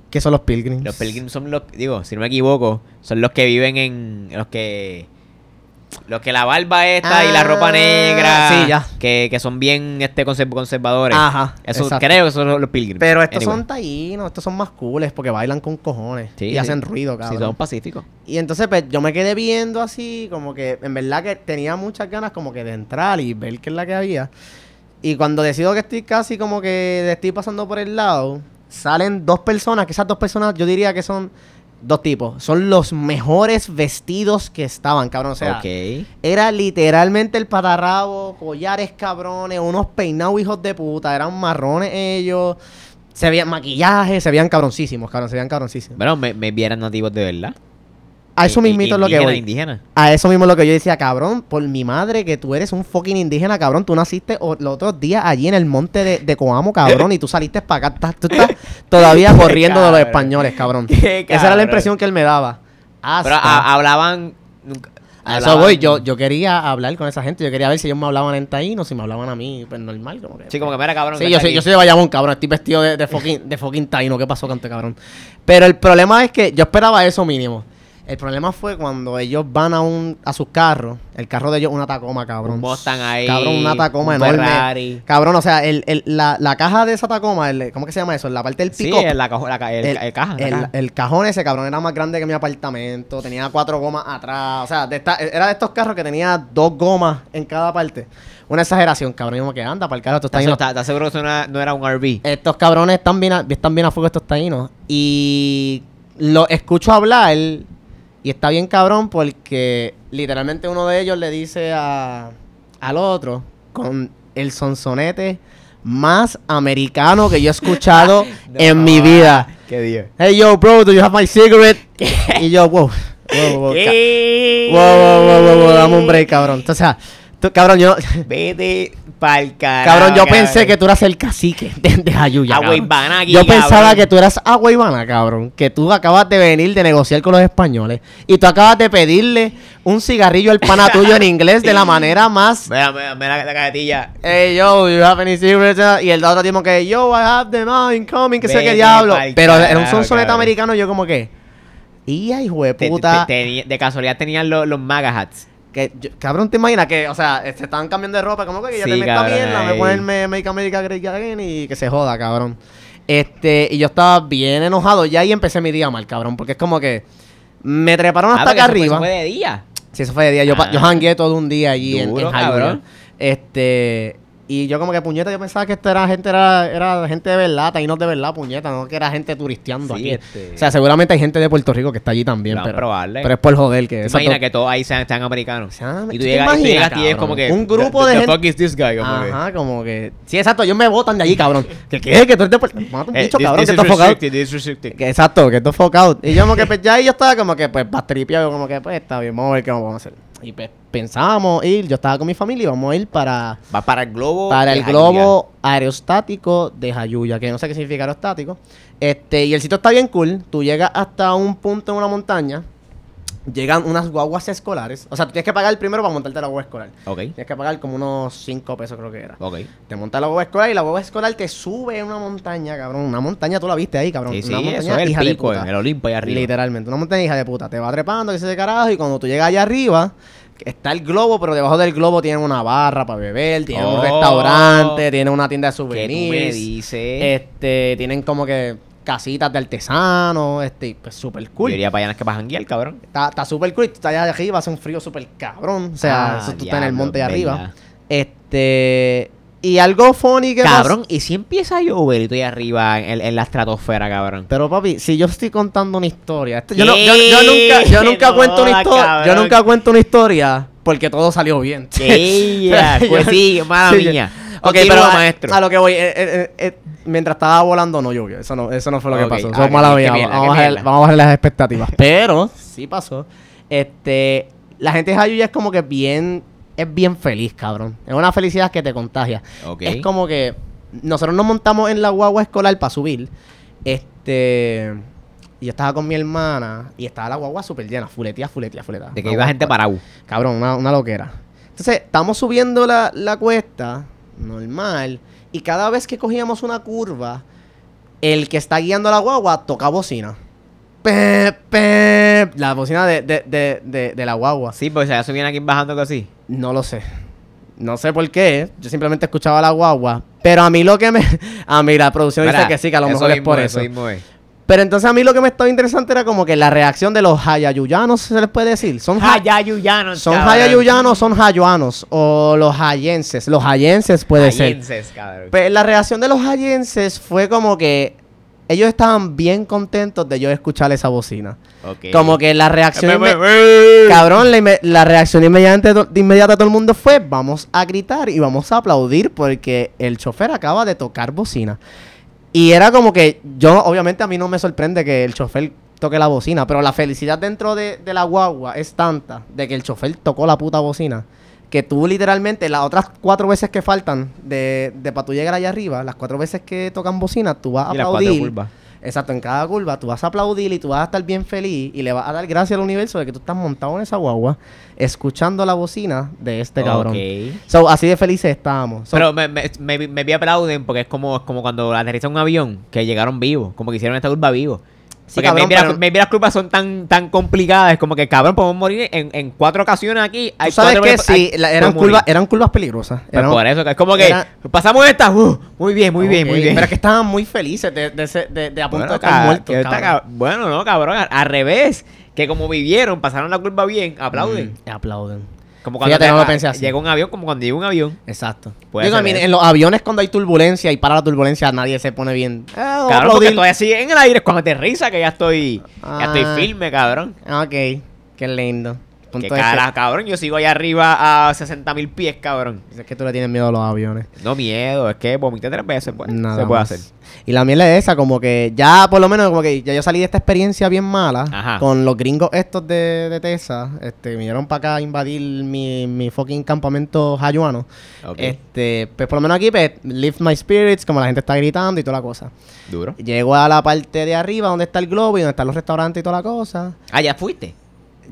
B: ¿Qué son los pilgrims?
A: Los pilgrims son los, digo, si no me equivoco, son los que viven en. Los que. Los que la barba esta y la
B: Ah,
A: ropa negra.
B: sí, ya.
A: Que, que son bien este conser- conservadores.
B: Ajá,
A: Eso
B: exacto.
A: creo que son los, los pilgrims.
B: Pero estos
A: Anyway.
B: son taínos, estos son más cooles porque bailan con cojones
A: Sí,
B: y
A: sí.
B: hacen ruido,
A: Sí,
B: cabrón.
A: son pacíficos.
B: Y entonces pues, yo me quedé viendo así, como que en verdad que tenía muchas ganas como que de entrar y ver qué es la que había. Y cuando decido que estoy casi como que estoy pasando por el lado, salen dos personas, que esas dos personas yo diría que son dos tipos. Son los mejores vestidos que estaban, cabrón. O sea,
A: ok.
B: era literalmente el patarrabo, collares cabrones, unos peinados hijos de puta, eran marrones ellos. Se veían maquillaje, se veían cabroncísimos, cabrón, se veían cabroncísimos.
A: Bueno, me, me vieran nativos de verdad.
B: A Ah, eso
A: I-
B: mismito es lo que
A: indígena,
B: voy.
A: indígena.
B: A eso mismo es lo que yo decía, cabrón, por mi madre que tú eres un fucking indígena, cabrón. Tú naciste o- los otros días allí en el monte de, de Coamo, cabrón, y tú saliste para acá. Estás- tú estás todavía corriendo de los
A: cabrón.
B: españoles, cabrón.
A: Qué
B: Esa era la
A: cabrón.
B: impresión que él me daba. Hasta-
A: Pero a- hablaban. nunca-
B: Ah, a eso
A: hablaban-
B: voy, yo, yo quería hablar con esa gente, yo quería ver si ellos me hablaban en taíno, si me hablaban a mí, pues normal, como que...
A: Sí, como que me era cabrón.
B: Sí,
A: que
B: yo
A: está
B: soy,
A: aquí.
B: yo soy de Bayamón, cabrón. Estoy vestido de, de fucking, de fucking taíno. ¿Qué pasó, canto, cabrón? Pero el problema es que yo esperaba eso mínimo. El problema fue cuando ellos van a un a sus carros. El carro de ellos, una Tacoma, cabrón.
A: Un Mustang ahí,
B: Cabrón, una Tacoma
A: un
B: enorme.
A: Ferrari.
B: Cabrón, o sea, el, el- la, la caja de esa Tacoma, el- ¿cómo que se llama eso? La parte del
A: Sí,
B: pico.
A: la, caja, la, ca- el, el caja. la
B: el-
A: caja.
B: el cajón ese, cabrón, era más grande que mi apartamento. Tenía cuatro gomas atrás. O sea, de esta- era de estos carros que tenía dos gomas en cada parte. Una exageración, cabrón. Yo como que anda, para el carro, tú
A: ¿Estás
B: estás
A: ¿Estás- estás seguro que eso no era- no era un RV?
B: estos cabrones están bien a, están bien a fuego estos taínos. Y lo escucho hablar y está bien cabrón porque literalmente uno de ellos le dice a, al otro con el sonsonete más americano que yo he escuchado en mi vida.
A: ¿Qué día?
B: Hey yo, bro, do you have my cigarette? y yo, wow, wow, wow, ca- wow, wow, wow, wow, wow, dame un break, cabrón. O sea, tú, cabrón, yo,
A: Vete pa'l carajo.
B: Cabrón, yo pensé que tú eras el cacique de, de Jayuya,
A: Agua
B: cabrón.
A: Ivana aquí,
B: Yo
A: cabrón.
B: pensaba que tú eras agua Ivana, cabrón. Que tú acabas de venir de negociar con los españoles. Y tú acabas de pedirle un cigarrillo al pana tuyo en inglés de la manera más.
A: Mira, mira, mira la cajetilla.
B: Hey, yo, you have any cigarettes? Y el otro tipo que, yo, I have them all incoming, que sé qué
A: Vete
B: diablo.
A: pa'l
B: Pero era un
A: carajo,
B: sonsonete
A: cabrón.
B: americano, yo como que. Y ay, hijo de
A: Te-
B: puta.
A: te- tenía- de casualidad tenían los, los MAGA hats.
B: Que, yo- cabrón, ¿te imaginas que, o sea, se estaban cambiando de ropa? Como que ya
A: Sí,
B: te metes
A: cabrón,
B: mierda, me
A: ahí.
B: ponen me- Make America Great Again y que se joda, cabrón. Este, y yo estaba bien enojado ya y empecé mi día mal, cabrón, porque es como que me treparon
A: Ah,
B: hasta
A: porque
B: acá
A: eso fue-
B: arriba.
A: eso fue de día.
B: Sí, eso fue de día. Yo, pa-
A: Ah.
B: yo hangué todo un día allí en-
A: Duro,
B: en, Jayuya.
A: cabrón.
B: Este, y yo como que, puñeta, yo pensaba que esta era gente, era, era gente de verdad, taínos de verdad, puñeta, no que era gente turisteando
A: Sí,
B: aquí.
A: este.
B: O sea, seguramente hay gente de Puerto Rico que está allí también,
A: Van a
B: pero,
A: probarle.
B: pero es por joder que...
A: ¿Te
B: esas
A: imaginas
B: dos-
A: que todos ahí sean, sean americanos?
B: sea,
A: y tú
B: ¿tú te
A: llegas, y tú
B: imaginas,
A: llegas y es
B: cabrón?
A: como que.
B: Un grupo de
A: the,
B: gente-
A: The fuck is this guy? Como que,
B: Ajá, como que. Sí, exacto, ellos me botan de allí, cabrón. ¿Qué, qué? Que tú eres de Puerto- Mata un
A: eh,
B: bicho,
A: this-
B: cabrón,
A: this
B: que
A: is
B: estás focado.
A: restricted, this is restricted.
B: Que- Exacto, que estás focado. Y yo como que pues, ya ahí yo estaba como que pues bastripeado, como que pues está bien, vamos a ver qué vamos a hacer. Y pues pensábamos ir, yo estaba con mi familia y vamos a ir para,
A: Va para el globo.
B: para
A: de
B: el
A: Jayuya.
B: globo aerostático de Jayuya, que no sé qué significa aerostático. Este, y el sitio está bien cool. Tú llegas hasta un punto en una montaña, llegan unas guaguas escolares. O sea, tú tienes que pagar primero para montarte la guagua escolar.
A: Ok,
B: Tienes que pagar como unos 5 pesos, creo que era.
A: ok.
B: Te monta la hueva escolar y la hueva escolar te sube en una montaña, cabrón. Una montaña, tú la viste ahí, cabrón.
A: Sí, sí,
B: una montaña
A: eso es el
B: hija de
A: pico,
B: puta.
A: en el Olimpo allá arriba.
B: Literalmente, una montaña hija de puta. Te va trepando, que se de carajo. Y cuando tú llegas allá arriba, que está el globo, pero debajo del globo tienen una barra para beber, tienen
A: Oh.
B: un restaurante, tienen una tienda de
A: Que tú me
B: souvenirs.
A: dices.
B: Este, tienen como que casitas de artesanos, este, y pues súper cool.
A: Yo iría para allá nada más que para janguear, cabrón.
B: Está, está súper cool. Tú estás allá arriba, hace un frío súper cabrón. O
A: Ah,
B: sea, eso tú estás en el
A: diablo,
B: monte de
A: verdad.
B: arriba. Este. Y algo funny que pasó-
A: Cabrón, y si empieza a llover y tú ahí arriba en, en la estratosfera, cabrón.
B: Pero papi, si yo estoy contando una historia, este- yo, no-
A: ¿Qué?
B: yo- yo nunca, yo nunca
A: No,
B: cuento una historia, yo
A: cabrón.
B: nunca cuento una historia porque todo salió bien.
A: ¡Ella!
B: Yo-
A: pues sí, mala
B: sí,
A: mía.
B: Ok,
A: Continúa,
B: pero a,
A: maestro.
B: a lo que voy, eh, eh, eh, mientras estaba volando no llovió, eso no, eso no fue lo
A: Ok,
B: que pasó,
A: ah,
B: eso es
A: qué-
B: mala
A: qué
B: mía,
A: mierda,
B: vamos,
A: qué
B: a bajar-
A: mierda.
B: vamos a bajar las expectativas, pero sí pasó, este, la gente de Jayuya es como que bien, es bien feliz, cabrón, es una felicidad que te contagia,
A: Ok.
B: es como que nosotros nos montamos en la guagua escolar para subir. Este. y Yo estaba con mi hermana y estaba la guagua súper llena, fuletía, fuletía, fuletía.
A: de que
B: Una
A: iba
B: guagua-
A: gente para U.
B: Cabrón, una, una loquera. Entonces, estamos subiendo la, la cuesta, normal, y cada vez que cogíamos una curva, el que está guiando la guagua toca bocina. Pep, pep, La bocina de, de, de, de, de la guagua.
A: Sí, pues ya subían aquí bajando casi.
B: No lo sé. No sé por qué. Yo simplemente escuchaba la guagua. Pero a mí lo que me. Ah, mira, la producción dice que sí, que a lo mejor es por eso.
A: mismo es.
B: Pero entonces a mí lo que me estaba interesante era como que la reacción de los hayayuyanos, se les puede decir. Son,
A: Ah,
B: ha-
A: Hayayuyanos,
B: son
A: cabrón.
B: hayayuyanos, son hayuanos. O los hayenses. Los hayenses puede ser.
A: Hayenses, cabrón.
B: Pero la reacción de los hayenses fue como que. Ellos estaban bien contentos de yo escuchar esa bocina.
A: Ok.
B: Como que la reacción.
A: Me-
B: inme-
A: me- me-
B: Cabrón, la, inme- la reacción inmediata de, to- de inmediata de todo el mundo fue: vamos a gritar y vamos a aplaudir porque el chofer acaba de tocar bocina. Y era como que yo, obviamente, a mí no me sorprende que el chofer toque la bocina, pero la felicidad dentro de, de la guagua es tanta de que el chofer tocó la puta bocina. Que tú literalmente, las otras cuatro veces que faltan de, de para tú llegar allá arriba, las cuatro veces que tocan bocina, tú vas a
A: Y las cuatro
B: aplaudir.
A: curvas.
B: Exacto, en cada curva tú vas a aplaudir y tú vas a estar bien feliz y le vas a dar gracias al universo de que tú estás montado en esa guagua escuchando la bocina de este cabrón.
A: Ok.
B: So, así de felices estábamos. So,
A: Pero me, me, me, vi- me vi aplauden porque es como, es como cuando aterriza un avión, que llegaron vivos, como que hicieron esta curva vivo.
B: Sí,
A: Porque
B: cabrón,
A: maybe, las-
B: pero-
A: maybe las curvas son tan, tan complicadas, es como que cabrón, podemos morir en, en cuatro ocasiones aquí.
B: tú sabes
A: cuatro
B: que
A: veces-
B: sí,
A: hay-
B: la- eran,
A: podemos morir.
B: curvas, eran curvas peligrosas.
A: Pues
B: Eran-
A: por eso, que es como que
B: era-
A: pasamos esta, uh, muy bien, muy bien,
B: Ok,
A: muy bien.
B: Pero es que estaban muy felices de, de, ese- de- de a punto
A: Bueno,
B: de estar
A: ca-
B: muertos.
A: que está
B: cabrón.
A: ca- bueno, no, cabrón, al, al revés, que como vivieron, pasaron la curva bien, aplauden.
B: Mm, aplauden.
A: Como cuando
B: Fíjate, no lo
A: llega-
B: pensé así.
A: llega un avión, como cuando llega un avión.
B: Exacto.
A: Puede
B: Digo,
A: ser eh.
B: mira,
A: eso.
B: en los aviones cuando hay turbulencia y para la turbulencia nadie se pone bien. Eh, vamos a
A: Cabrón, porque
B: aplaudir.
A: estoy así en el aire, es cuando aterriza que ya estoy, ya
B: Ah.
A: estoy firme, cabrón.
B: Ok, qué lindo.
A: Que
B: Punto de-
A: cara, cabrón, yo sigo allá arriba a 60 mil pies, cabrón.
B: Es que tú le tienes miedo a los aviones.
A: No miedo, es que vomité tres veces, pues,
B: Nada
A: se puede
B: más.
A: hacer.
B: Y la mierda es esa, como que ya por lo menos como que ya yo salí de esta experiencia bien mala
A: Ajá.
B: con los gringos estos de, de Texas, este, vinieron para acá a invadir mi, mi fucking campamento hayuano.
A: Ok,
B: Este, pues por lo menos aquí, pues, lift my spirits, como la gente está gritando y toda la cosa.
A: duro.
B: Llego a la parte de arriba donde está el globo y donde están los restaurantes y toda la cosa.
A: Ah, ya fuiste.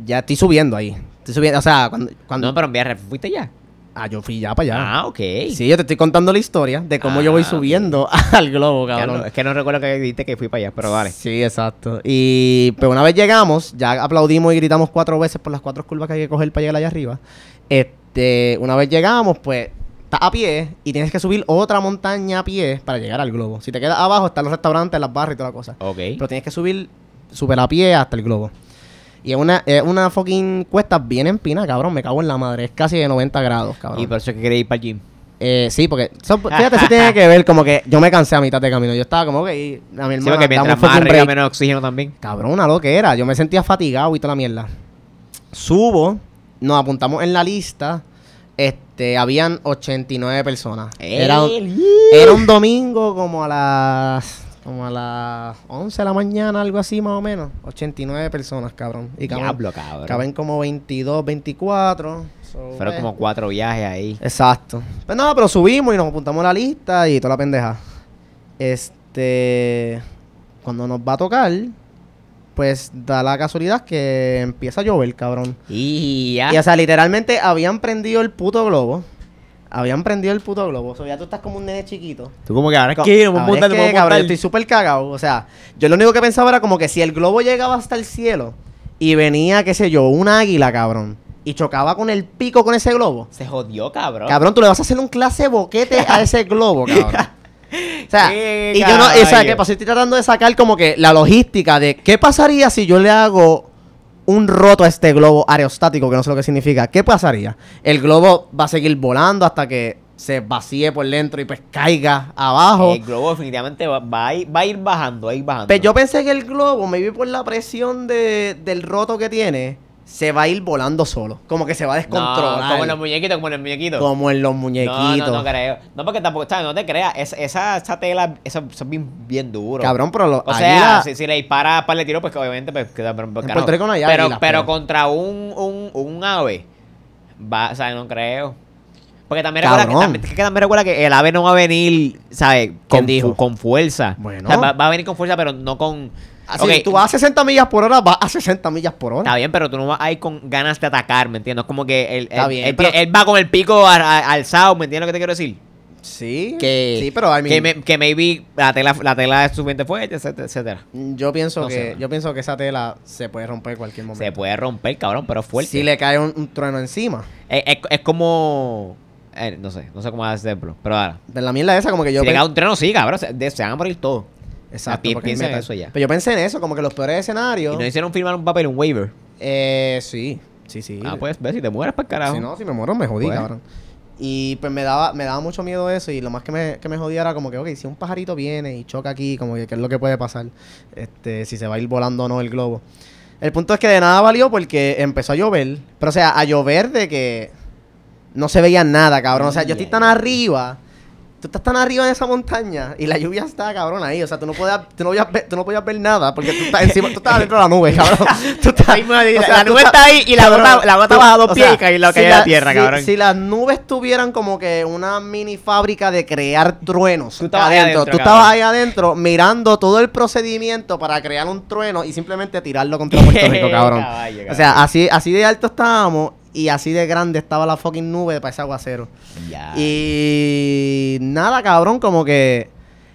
B: Ya estoy subiendo ahí. Estoy subiendo, o sea, cuando, cuando
A: No, pero en Villarreal, fuiste ya.
B: ah, yo fui ya para allá.
A: Ah, ok.
B: Sí, yo te estoy contando la historia de cómo yo voy
A: Ah, ok.
B: subiendo al globo,
A: Ya
B: cabrón.
A: no- es que no recuerdo que dijiste que fui para allá, pero vale.
B: Sí, exacto. Y pero una vez llegamos, ya aplaudimos y gritamos cuatro veces por las cuatro curvas que hay que coger para llegar allá arriba. Este, una vez llegamos, pues estás a pie y tienes que subir otra montaña a pie para llegar al globo. Si te quedas abajo están los restaurantes, las barras y toda la cosa.
A: Ok.
B: Pero tienes que subir super a pie hasta el globo. Y es una, es una fucking cuesta bien empina, cabrón. Me cago en la madre. Es casi de 90 grados, cabrón.
A: Y por eso es que quería ir para el gym.
B: Eh, sí, porque eso- fíjate, eso tiene que ver como que yo me cansé a mitad de camino. Yo estaba como que y a mi hermana
A: Sí, porque
B: dame un
A: mientras más
B: fucking
A: arriba,
B: break.
A: menos oxígeno también.
B: Cabrón, una loquera. Yo me sentía fatigado y toda la mierda. Subo, nos apuntamos en la lista. Este, habían 89 personas. Era, un- era un domingo como a las como a las 11 de la mañana, algo así más o menos. 89 personas, cabrón. Y cabrón,
A: Diablo, cabrón.
B: caben como 22, 24. so,
A: Fueron
B: eh.
A: como cuatro viajes ahí.
B: Exacto. Pues nada, pero subimos y nos apuntamos a la lista y toda la pendeja. Este. Cuando nos va a tocar, pues da la casualidad que empieza a llover, cabrón.
A: Y ya.
B: Y o sea, literalmente habían prendido el puto globo. Habían prendido el puto globo. O sea, ya tú estás como un nene chiquito.
A: Tú como que ahora es
B: Co-
A: que no me
B: Ahora es
A: montan, no
B: que,
A: me
B: cabrón, yo
A: montan.
B: estoy súper cagado. O sea, yo lo único que pensaba era como que si el globo llegaba hasta el cielo y venía, qué sé yo, un águila, cabrón, y chocaba con el pico con ese globo.
A: Se jodió, cabrón.
B: Cabrón, tú le vas a hacer un clase boquete a ese globo, cabrón. O sea,
A: Qué
B: y yo no, o sea,
A: caballo.
B: que pasó, estoy tratando de sacar como que la logística de qué pasaría si yo le hago un roto a este globo aerostático, que no sé lo que significa. ¿Qué pasaría? El globo va a seguir volando hasta que se vacíe por dentro y pues caiga abajo.
A: El globo definitivamente va, va a ir, va a ir bajando, va a ir bajando.
B: Pero yo pensé que el globo, maybe por la presión de, del roto que tiene, se va a ir volando solo. Como que se va a descontrolar.
A: No, como en los muñequitos, como en los muñequitos.
B: Como en los
A: No,
B: muñequitos.
A: no, no creo. No, porque tampoco, ¿sabes? No te creas. Es- esa, esa tela, eso eso es bien, bien duro.
B: Cabrón, pero los
A: O sea,
B: águilas-
A: si, si le dispara para le tiro, pues que obviamente, pues queda pero,
B: En Puerto Rico no hay
A: pero,
B: águilas,
A: pero
B: pero-
A: contra un, un, un ave, va, o sea, no creo. Porque también recuerda, que,
B: Cabrón.
A: también, que también recuerda que el ave no va a venir, ¿sabes? Con,
B: dijo?
A: fu- con fuerza.
B: Bueno.
A: O sea, va, va a venir con fuerza, pero no con.
B: Así,
A: Ok,
B: Ah, tú vas a 60 millas por hora, vas a 60 millas por hora.
A: Está bien, pero tú no vas ahí con ganas de atacar, ¿me entiendes? Es como que él,
B: Está
A: él-
B: bien,
A: él-
B: pero-
A: él va con el pico al- al- alzado, ¿me entiendes lo que te quiero decir?
B: Sí.
A: Que,
B: sí, pero I mean,
A: que, me- que maybe la tela, la tela es suficiente fuerte, etcétera. etcétera.
B: yo pienso
A: no sé,
B: que
A: no.
B: yo pienso que esa tela se puede romper en cualquier momento.
A: Se puede romper, cabrón, pero es fuerte.
B: Si le cae un, un trueno encima.
A: Es, es- es como. eh, no sé, no sé cómo hacerlo. Pero ahora.
B: De Pues la mierda esa, como que yo
A: si le
B: pen-
A: cae un tren, sí, cabrón. Se, de- se van a morir todos.
B: Exacto,
A: pi-
B: porque es
A: piensa en
B: metal.
A: eso ya.
B: Pero yo pensé en eso, como que los peores
A: Y
B: escenarios.
A: no hicieron firmar un papel, un waiver.
B: Eh, sí, sí, sí.
A: Ah, pues, ves, si te mueres para carajo.
B: Si no, si me muero, me jodí,
A: Pues.
B: cabrón. Y pues me daba, me daba mucho miedo eso. Y lo más que me, que me jodía era como que, ok, si un pajarito viene y choca aquí, como que qué es lo que puede pasar. Este, si se va a ir volando o no el globo. El punto es que de nada valió porque empezó a llover. Pero o sea, a llover de que no se veía nada, cabrón. O sea, yo estoy tan
A: Ay, ay.
B: arriba. Tú estás tan arriba de esa montaña y la lluvia está, cabrón, ahí. O sea, tú no podías, tú no podías, ver, tú no podías ver nada porque tú estás encima, tú estás dentro de la nube, cabrón. Tú estás,
A: Ahí me dice,
B: o sea,
A: la
B: tú
A: nube
B: estás-
A: está ahí y la
B: cabrón,
A: gota- la gota
B: tú-
A: baja a dos
B: o
A: pies
B: sea,
A: y cae- lo
B: si
A: cae a la
B: la-
A: tierra,
B: si-
A: cabrón.
B: Si las nubes tuvieran como que una mini fábrica de crear truenos
A: Tú estabas ahí adentro,
B: tú
A: cabrón.
B: estabas ahí adentro mirando todo el procedimiento para crear un trueno y simplemente tirarlo contra Puerto Rico, cabrón.
A: Caballo,
B: O sea, así, así de alto estábamos y así de grande estaba la fucking nube para ese aguacero.
A: Ya.
B: Y nada, cabrón, como que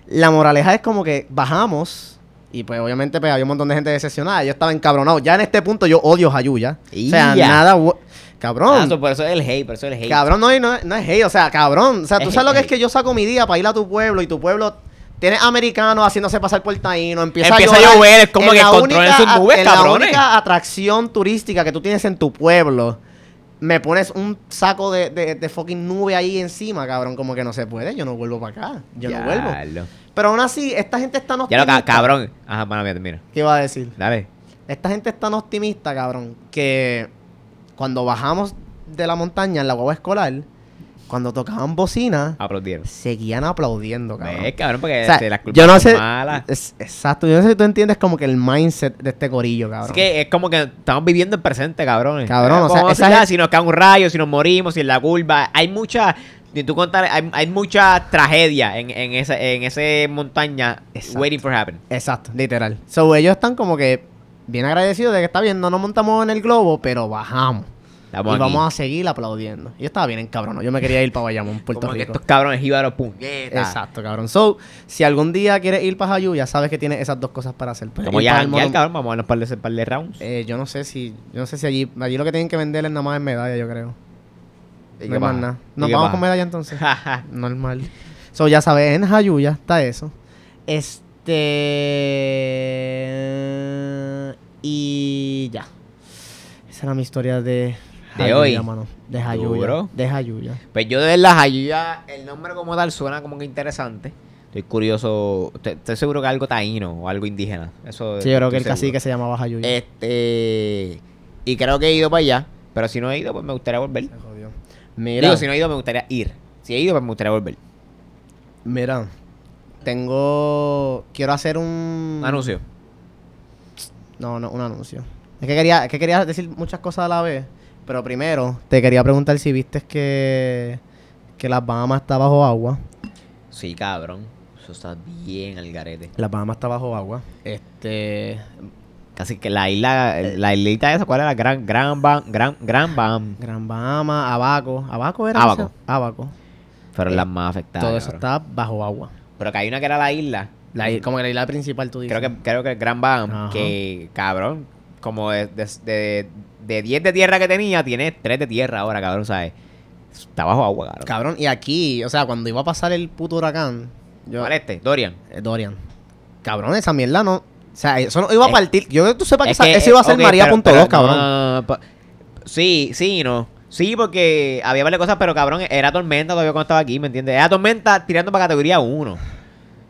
B: la moraleja es como que bajamos. Y pues obviamente pues, había un montón de gente decepcionada. Yo estaba encabronado. Ya en este punto yo odio a Yuya. O sea,
A: Ya.
B: nada. bu- Cabrón.
A: Ah, eso- por eso es el hate, por eso es el hate.
B: Cabrón, no, y no, no es hate, o sea, cabrón. O sea, tú
A: Es
B: sabes lo que
A: hate.
B: es que yo saco mi día para ir a tu pueblo y tu pueblo tiene americanos haciéndose pasar por taíno, empieza,
A: Empieza a
B: llorar.
A: llover, es como
B: En
A: que
B: la
A: controlen
B: única
A: sus
B: a-
A: nubes,
B: en
A: cabrones.
B: La única atracción turística que tú tienes en tu pueblo, me pones un saco de, de, de fucking nube ahí encima, cabrón, como que no se puede, yo no vuelvo para acá, yo no vuelvo.
A: Diablo.
B: Pero aún así, esta gente es tan
A: Ya lo ca-
B: optimista.
A: cabrón. Ajá, mala mía, mira.
B: ¿Qué iba a decir?
A: Dale.
B: Esta gente es tan optimista, cabrón, que cuando bajamos de la montaña en la guagua escolar, cuando tocaban bocina,
A: Aplaudieron.
B: seguían aplaudiendo, cabrón.
A: Ves, cabrón, porque
B: O sea,
A: Ah. este, las culpas
B: yo no
A: son
B: sé.
A: malas.
B: es- exacto, yo no sé si tú entiendes como que el mindset de este corillo, cabrón.
A: Así que es como que estamos viviendo el presente, cabrones.
B: Cabrón, o sea,
A: Vamos a decir,
B: esa gente-
A: ah, si nos cae un rayo, si nos morimos, si en la curva. Hay mucha. Si tú contar, hay, hay mucha tragedia en, en esa en ese montaña
B: Exacto.
A: waiting for happen.
B: Exacto, literal. So, ellos están como que bien agradecidos de que está bien, no nos montamos en el globo, pero bajamos.
A: Estamos
B: y
A: aquí.
B: vamos a seguir aplaudiendo. Yo estaba bien cabrón, yo me quería ir para Bayamón, Puerto
A: Como que
B: Rico.
A: estos cabrones jíbaros puñetas.
B: Exacto, cabrón. So, si algún día quieres ir para Jayú, ya sabes que tienes esas dos cosas para hacer. Puedes
A: Como
B: ir
A: ya
B: para el
A: janguear,
B: mono-
A: cabrón, vamos a darnos par de, par de rounds.
B: Eh, yo no sé si, yo no sé si allí, allí lo que tienen que vender es nada más en medalla, yo creo.
A: ¿Y
B: No
A: qué
B: hay más
A: pasa?
B: nada.
A: ¿Y
B: Nos
A: qué
B: vamos
A: pasa?
B: con medalla entonces.
A: Jaja.
B: Normal. So, ya sabes, en Jayuya está eso. Este. Y ya. Esa era mi historia de.
A: De
B: Jayuya,
A: hoy.
B: mano. De Jayuya.
A: Duro.
B: De Jayuya.
A: Pues yo de verdad, Jayuya, el nombre como tal suena como que interesante. Estoy curioso, te- estoy seguro que algo taíno o algo indígena. Eso
B: Sí, yo creo
A: estoy Pues,
B: que el
A: seguro. Eh,
B: cacique se llamaba Jayuya.
A: Este, y creo que he ido para allá, pero si no he ido, pues me gustaría volver.
B: Se jodió. Mira.
A: Digo, si no he ido, me gustaría ir. Si he ido, pues me gustaría volver.
B: Mira, tengo. Quiero hacer un.
A: Anuncio.
B: No, no, un anuncio. Es que quería, es que quería decir muchas cosas a la vez. Pero primero, te quería preguntar si viste que. Que las Bahamas está bajo agua.
A: Sí, cabrón. Eso está bien al garete.
B: Las Bahamas está bajo agua. Este.
A: Casi que la isla, la islita esa, ¿cuál era? Gran, gran, Ba- gran, gran Bam.
B: Gran Bahama, Abaco. Abaco era.
A: Abaco.
B: ese? Abaco.
A: Fueron las más afectadas.
B: Eh, Todo eso
A: cabrón.
B: está bajo agua.
A: Pero que hay una que era la isla.
B: La i- como que la isla principal, tú dices.
A: Creo que, creo que el Gran Bam,
B: Ajá.
A: que cabrón, como de, de, de- de 10 de tierra que tenía, tiene 3 de tierra ahora, cabrón, ¿sabes? Está bajo agua, cabrón.
B: Cabrón, y aquí, o sea, cuando iba a pasar el puto huracán. Yo,
A: ¿Cuál es este? Dorian.
B: Eh, Dorian. Cabrón, esa mierda no. O sea, eso no iba a
A: Es-
B: partir. Yo que tú sepas que,
A: Eh, Es
B: esa-
A: que,
B: eso iba a
A: eh,
B: ser
A: ok,
B: María
A: pero-
B: punto
A: pero
B: dos, cabrón.
A: no, pa- sí, sí, y no. Sí, porque había varias cosas, pero cabrón, era tormenta todavía cuando estaba aquí, ¿me entiendes? Era tormenta tirando para categoría 1.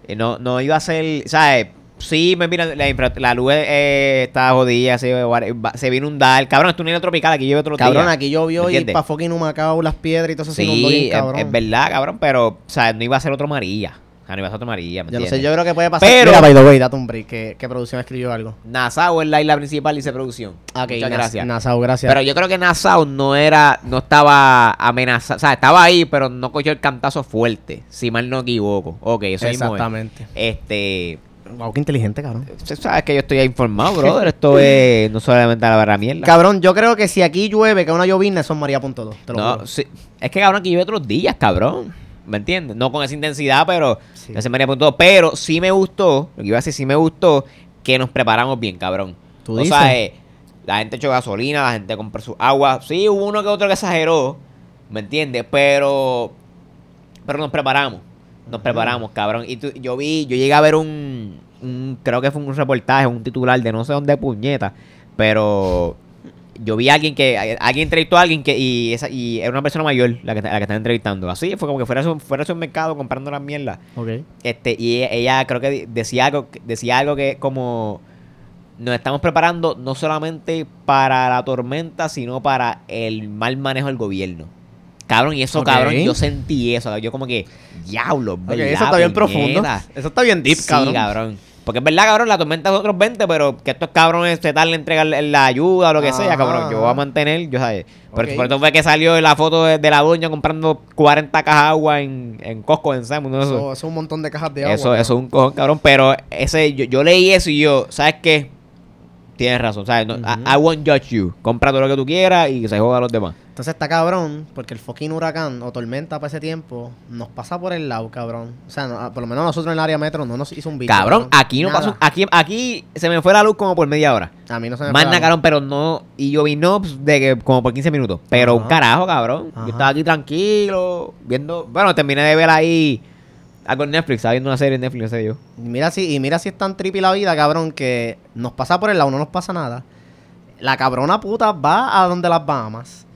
A: Eh, No, no iba a ser, ¿sabes? Sí, me mira, la, infra- la luz eh, está jodida, se, va- se va a inundar. Cabrón, esto es un niño tropical, aquí llueve otro día.
B: Cabrón, aquí llovió y
A: ¿Entiendes?
B: pa' fucking Humacao las piedras y todo eso se inundó
A: Sí,
B: bien,
A: es,
B: cabrón.
A: es verdad, cabrón, pero, o sea, no iba a ser otro María. O sea, no iba a ser otro María, ¿me
B: Yo no sé,
A: entiendes?
B: yo creo que puede pasar.
A: Pero-
B: Mira, by the way, date un break, que, que producción escribió algo.
A: Nassau es la isla principal y se producción.
B: Ok,
A: Muchas
B: Nas-
A: gracias.
B: Nasao, gracias.
A: Pero yo creo que Nassau no era, no estaba amenazado, o sea, estaba ahí, pero no cogió el cantazo fuerte, si mal no equivoco. Ok, eso mismo es.
B: Exactamente.
A: Este,
B: Wow, qué inteligente, cabrón.
A: tú sabes que yo estoy informado, brother, esto es no solamente la barra mierda.
B: Cabrón, yo creo que si aquí llueve, que una llovizna, son María punto dos, te lo
A: No,
B: juro.
A: sí. Es que cabrón que lleve otros días, cabrón. ¿Me entiendes? No con esa intensidad, pero
B: Sí.
A: no se me haría por todo. Pero sí me gustó, lo que iba a decir, sí me gustó que nos preparamos bien, cabrón.
B: ¿Tú
A: o
B: dices?
A: sea, eh, la gente echó gasolina, la gente compró su agua. Sí, hubo uno que otro que exageró, ¿me entiendes? Pero pero nos preparamos. Nos preparamos, cabrón. Y tú- yo vi, yo llegué a ver un, un- creo que fue un reportaje, un titular de no sé dónde puñeta, pero yo vi a alguien que, a- alguien entrevistó a alguien que, y, esa, y era una persona mayor la que, la que estaba entrevistando. Así, fue como que fuera a su, fuera a su mercado comprando las mierdas.
B: Ok.
A: Este, y ella, ella creo que decía algo, decía algo que como nos estamos preparando no solamente para la tormenta, sino para el mal manejo del gobierno. Cabrón, y eso,
B: Ok.
A: cabrón, yo sentí eso. Yo como que, diablo,
B: Ok,
A: ¿verdad,
B: eso está bien profundo.
A: puñeta?
B: Eso está bien deep,
A: Sí,
B: cabrón.
A: cabrón. Porque es verdad, cabrón, la tormenta es otros 20, pero que estos cabrones se tardan en entregar la ayuda o lo que sea,
B: Ajá,
A: cabrón. Yo voy
B: ajá.
A: a mantener, yo sabes. Por,
B: Ah. Ok.
A: por eso fue que salió la foto de, de la doña comprando 40 cajas de agua en, en Costco, en Sam's, no sé.
B: Eso, eso es un montón de cajas de agua.
A: Eso,
B: cabrón.
A: eso es un cojón, cabrón. Pero ese, yo, yo leí eso y yo, ¿sabes qué? Tienes razón, ¿sabes? No, I- I, won't judge you. Compra todo lo que tú quieras y que se joda a los demás.
B: Entonces está cabrón, porque el fucking huracán o tormenta para ese tiempo nos pasa por el lado, cabrón. O sea, no- ah, por lo menos nosotros en el área metro no nos hizo un bicho.
A: cabrón, aquí no
B: Nada.
A: pasó. Aquí, aquí se me fue la luz como por media hora.
B: A mí no se me
A: Más
B: fue la
A: nada,
B: luz.
A: cabrón, pero no. Y yo vi nobs de que como por 15 minutos. Pero un
B: Ajá.
A: carajo, cabrón.
B: Ajá.
A: Yo estaba aquí tranquilo, viendo. Bueno, terminé de ver ahí algo en Netflix. Estaba viendo una serie en Netflix, no sé yo.
B: Y Mira si, y mira si es tan trippy la vida, cabrón, que nos pasa por el lado, no nos pasa nada. La cabrona puta va a donde las Bahamas.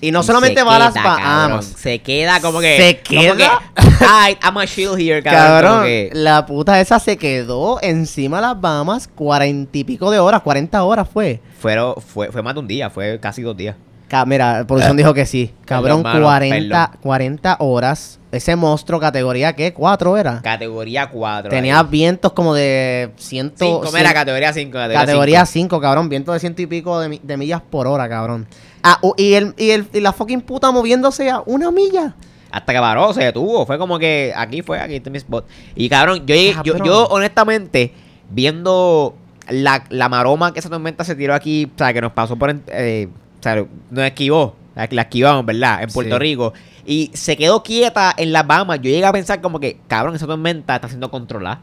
B: Y no
A: Y
B: solamente
A: se
B: va a las
A: queda, cabrón.
B: Bahamas.
A: Se queda como que.
B: Se
A: como
B: queda.
A: que, "Ay, I'm a chill here, cabrón. como
B: Cabrón,
A: que-
B: la puta esa se quedó encima de las Bahamas cuarenta y pico de horas, cuarenta horas fue.
A: Fueron, fue, fue más de un día, fue casi dos días.
B: Ca- mira, producción dijo que sí. Cabrón,
A: Perdón, mano,
B: 40, 40 horas. Ese monstruo, categoría ¿qué? 4 era.
A: Categoría 4.
B: Tenía vientos como de 100.
A: 5,
B: cien-
A: mira, categoría 5.
B: categoría 5, cabrón. Viento de ciento y pico de, mi- de millas por hora, cabrón. Ah, oh, y, el, y, el, y la fucking puta moviéndose a una milla.
A: Hasta que paró, se detuvo. Fue como que aquí fue, aquí está mi spot. Y cabrón, yo, llegué- yo,
B: Cabrón.
A: yo honestamente, viendo la, la maroma que esa tormenta se tiró aquí, o sea, que nos pasó por. en- eh, o sea, nos esquivó. La, la esquivamos, ¿verdad? En Puerto
B: Sí.
A: Rico. Y se quedó quieta en las Bahamas. Yo llegué a pensar como que, cabrón, esa tormenta está siendo controlada.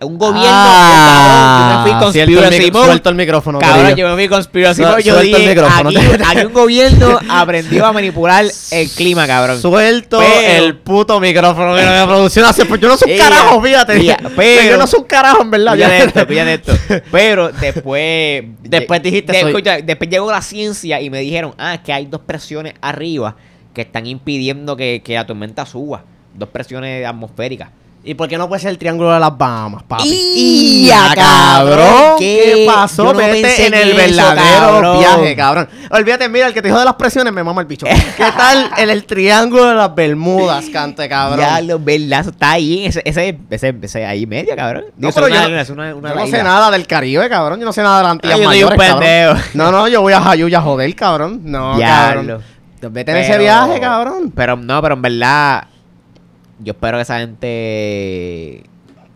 A: Un gobierno.
B: Ah,
A: que, cabrón, yo me
B: suelta
A: fui
B: el
A: conspiracy
B: mic-
A: mode.
B: suelto el micrófono.
A: Cabrón,
B: Corillo.
A: yo me fui conspiracy
B: Su-
A: mode, Yo
B: suelta el
A: dije,
B: micrófono.
A: aquí, aquí un gobierno aprendió a manipular el clima, cabrón.
B: Suelto
A: Pero-
B: el puto micrófono que la producción hace. Pues yo no soy un
A: Ella-
B: carajo, fíjate.
A: ella- pero-
B: yo no soy un carajo, en verdad.
A: Pilla de esto, pilla de esto. Pero después.
B: Después dijiste,
A: de-
B: soy-
A: escucha, después llegó la ciencia y me dijeron, ah, que hay dos presiones arriba que están impidiendo que, que la tormenta suba. Dos presiones atmosféricas.
B: ¿Y por qué no puede ser el triángulo de las Bahamas, papi?
A: ¡Y ya,
B: ¡Ya,
A: cabrón!
B: ¿Qué
A: ¿Qué?
B: pasó?
A: Yo no
B: Vete
A: pensé
B: en
A: en
B: el
A: eso,
B: verdadero
A: cabrón.
B: viaje, cabrón. Olvídate, mira, el que te dijo de las presiones me mama el bicho. ¿Qué tal en el triángulo de las Bermudas, cante, cabrón?
A: Ya lo verdad, eso está ahí. Ese, ese, ese, ese ahí medio, cabrón.
B: No,
A: Digo, eso
B: pero
A: es
B: yo-
A: una- es una- una
B: yo no sé
A: isla.
B: nada del Caribe, cabrón. Yo no sé nada de las Antillas
A: Ah, yo soy un
B: Mayores, cabrón.
A: pendejo.
B: No, no, yo voy a Jayuya a joder, cabrón. No,
A: Diablo.
B: cabrón. Vete en ese
A: Pero-
B: viaje, cabrón.
A: Pero no, pero en verdad. Yo espero que esa gente.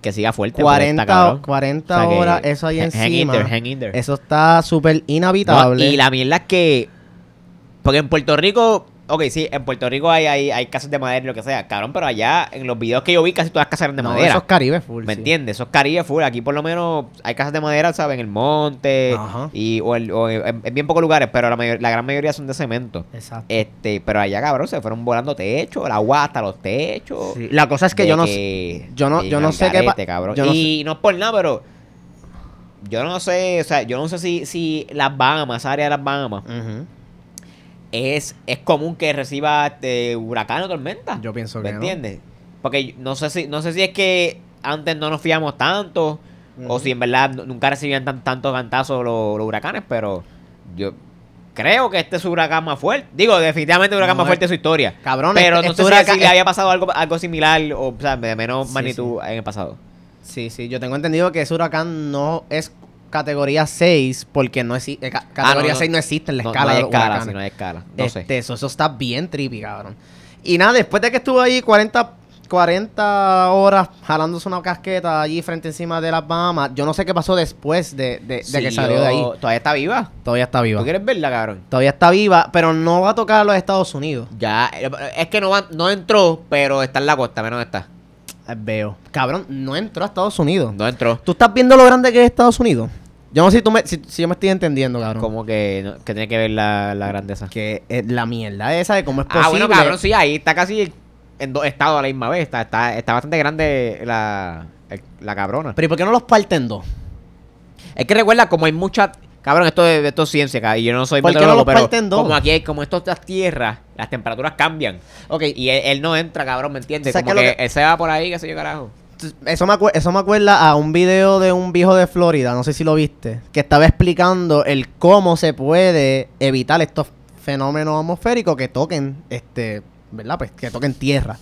A: Que siga fuerte. porque está
B: 40,
A: cabrón.
B: 40
A: O sea que-
B: horas, eso ahí
A: hang
B: encima.
A: in there, hang in there.
B: Eso está súper
A: No,
B: inhabitable.
A: y la mierda es que. Porque en Puerto Rico. Ok, sí, en Puerto Rico hay, hay, hay casas de madera y lo que sea, cabrón, pero allá en los videos que yo vi casi todas las casas eran de
B: No,
A: madera.
B: Eso es Caribe full.
A: ¿Me
B: sí.
A: entiendes? Eso es Caribe full. Aquí por lo menos hay casas de madera, ¿sabes? En el monte.
B: Ajá.
A: Y, o, el- o en, en bien pocos lugares, pero la, mayor- la gran mayoría son de cemento.
B: Exacto.
A: Este, pero allá, cabrón, se fueron volando techos, el agua hasta los techos.
B: Sí, La cosa es que
A: de
B: yo no sé.
A: que-
B: yo no-
A: de
B: yo no sé qué
A: garete,
B: pa-
A: cabrón.
B: yo no
A: y no es por nada, pero yo no sé, o sea, yo no sé si, si las Bahamas, esa área de las Bahamas, es, es común que reciba este, huracán o tormenta.
B: Yo pienso
A: Ah, ¿Me
B: que no.
A: entiendes? Porque no sé si no sé si es que antes no nos fiamos tanto o
B: Ujú.
A: si en verdad nu- nunca recibían tan, tantos cantazos los, los huracanes, pero yo creo que este es su huracán más fuerte. Digo, definitivamente el huracán
B: No,
A: más fuerte de su historia.
B: Cabrón,
A: pero
B: este-
A: no
B: este
A: sé si-
B: huracán-
A: si, le había pasado algo, algo similar o, o sea, de menos
B: Sí,
A: magnitud en el pasado.
B: Sí, sí, yo tengo entendido que ese huracán no es categoría 6 porque no exi- eh, ca- categoría
A: Ah, no, no.
B: 6 no existe en la
A: No,
B: escala
A: no hay
B: de los
A: escala,
B: huracanes.
A: si no hay escala. No sé.
B: Este, Eso, eso está bien trippy, cabrón. Y nada, después de que estuvo ahí 40, 40 horas jalándose una casqueta allí frente encima de las Bahamas, yo no sé qué pasó después de, de- de
A: Sí,
B: que salió de ahí.
A: yo- Todavía está viva.
B: Todavía está viva.
A: ¿Tú quieres verla, cabrón?
B: Todavía está viva, pero no va a tocar a los Estados Unidos.
A: Ya, eh, es que no, va- no entró, pero está en la costa, menos está.
B: Eh, Veo. Cabrón, no entró a Estados Unidos.
A: No entró.
B: ¿Tú estás viendo lo grande que es Estados Unidos? Yo no sé si, tú me, si, si yo me estoy entendiendo, cabrón.
A: Como que, no- que tiene que ver la, la grandeza.
B: Que eh, la mierda esa de cómo es
A: Ah,
B: posible.
A: bueno, cabrón, sí, ahí está casi en dos estados a la misma vez. Está, está, está bastante grande la, el- la cabrona.
B: Pero ¿y por qué no los parten dos?
A: Es que recuerda, como hay mucha. Cabrón, esto, es- esto es ciencia, cabrón. Y yo no soy
B: ¿Por qué no
A: meteorólogo,
B: los
A: pero.
B: parten dos?
A: como aquí hay, como esto- estas tierras, las temperaturas cambian.
B: Ok, y
A: Y él, él no entra, cabrón, ¿me entiendes?
B: ¿Sabes
A: Como
B: qué es
A: que,
B: lo que-
A: él se va por ahí, qué sé yo, carajo.
B: eso me, acuer- eso me acuerda a un video de un viejo de Florida, no sé si lo viste, que estaba explicando el cómo se puede evitar estos fenómenos atmosféricos que toquen, este, ¿verdad? Pues que toquen tierra.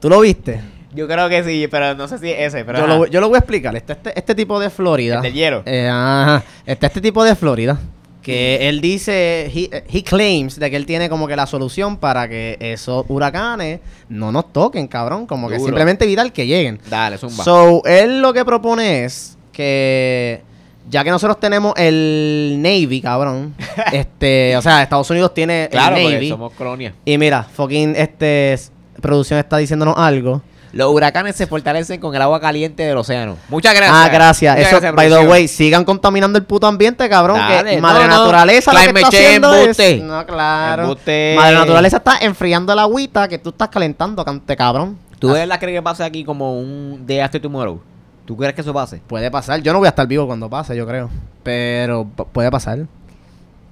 B: ¿Tú lo viste?
A: Yo creo que sí, pero no sé si es ese, pero.
B: Yo
A: ajá.
B: lo, yo lo voy a explicar. Este, este, este tipo de Florida.
A: El del hielo. Mm.
B: Eh, ajá. Está este tipo de Florida. Que él dice, he, he claims de que él tiene como que la solución para que esos huracanes no nos toquen, cabrón. Como que
A: Duro.
B: simplemente evitar que lleguen.
A: Dale, zumba.
B: So, él lo que propone es que ya que nosotros tenemos el Navy, cabrón. este, o sea, Estados Unidos tiene
A: claro,
B: el
A: porque
B: Navy.
A: somos colonia.
B: Y mira, fucking este s- producción está diciéndonos algo.
A: Los huracanes se fortalecen con el agua caliente del océano. Muchas gracias.
B: Ah, gracias.
A: Muchas
B: Eso, by the
A: producción.
B: way, sigan contaminando el puto ambiente, cabrón.
A: Dale,
B: que madre
A: no, no.
B: naturaleza lo que
A: Climate
B: está
A: change,
B: haciendo es-
A: embuste.
B: No, claro.
A: Embuste.
B: Madre naturaleza está enfriando la agüita que tú estás calentando, cante cabrón.
A: ¿Tú de verdad crees que pase aquí como un Day After Tomorrow? ¿Tú crees que eso pase?
B: Puede pasar. Yo no voy a estar vivo cuando pase, yo creo. Pero p- puede pasar.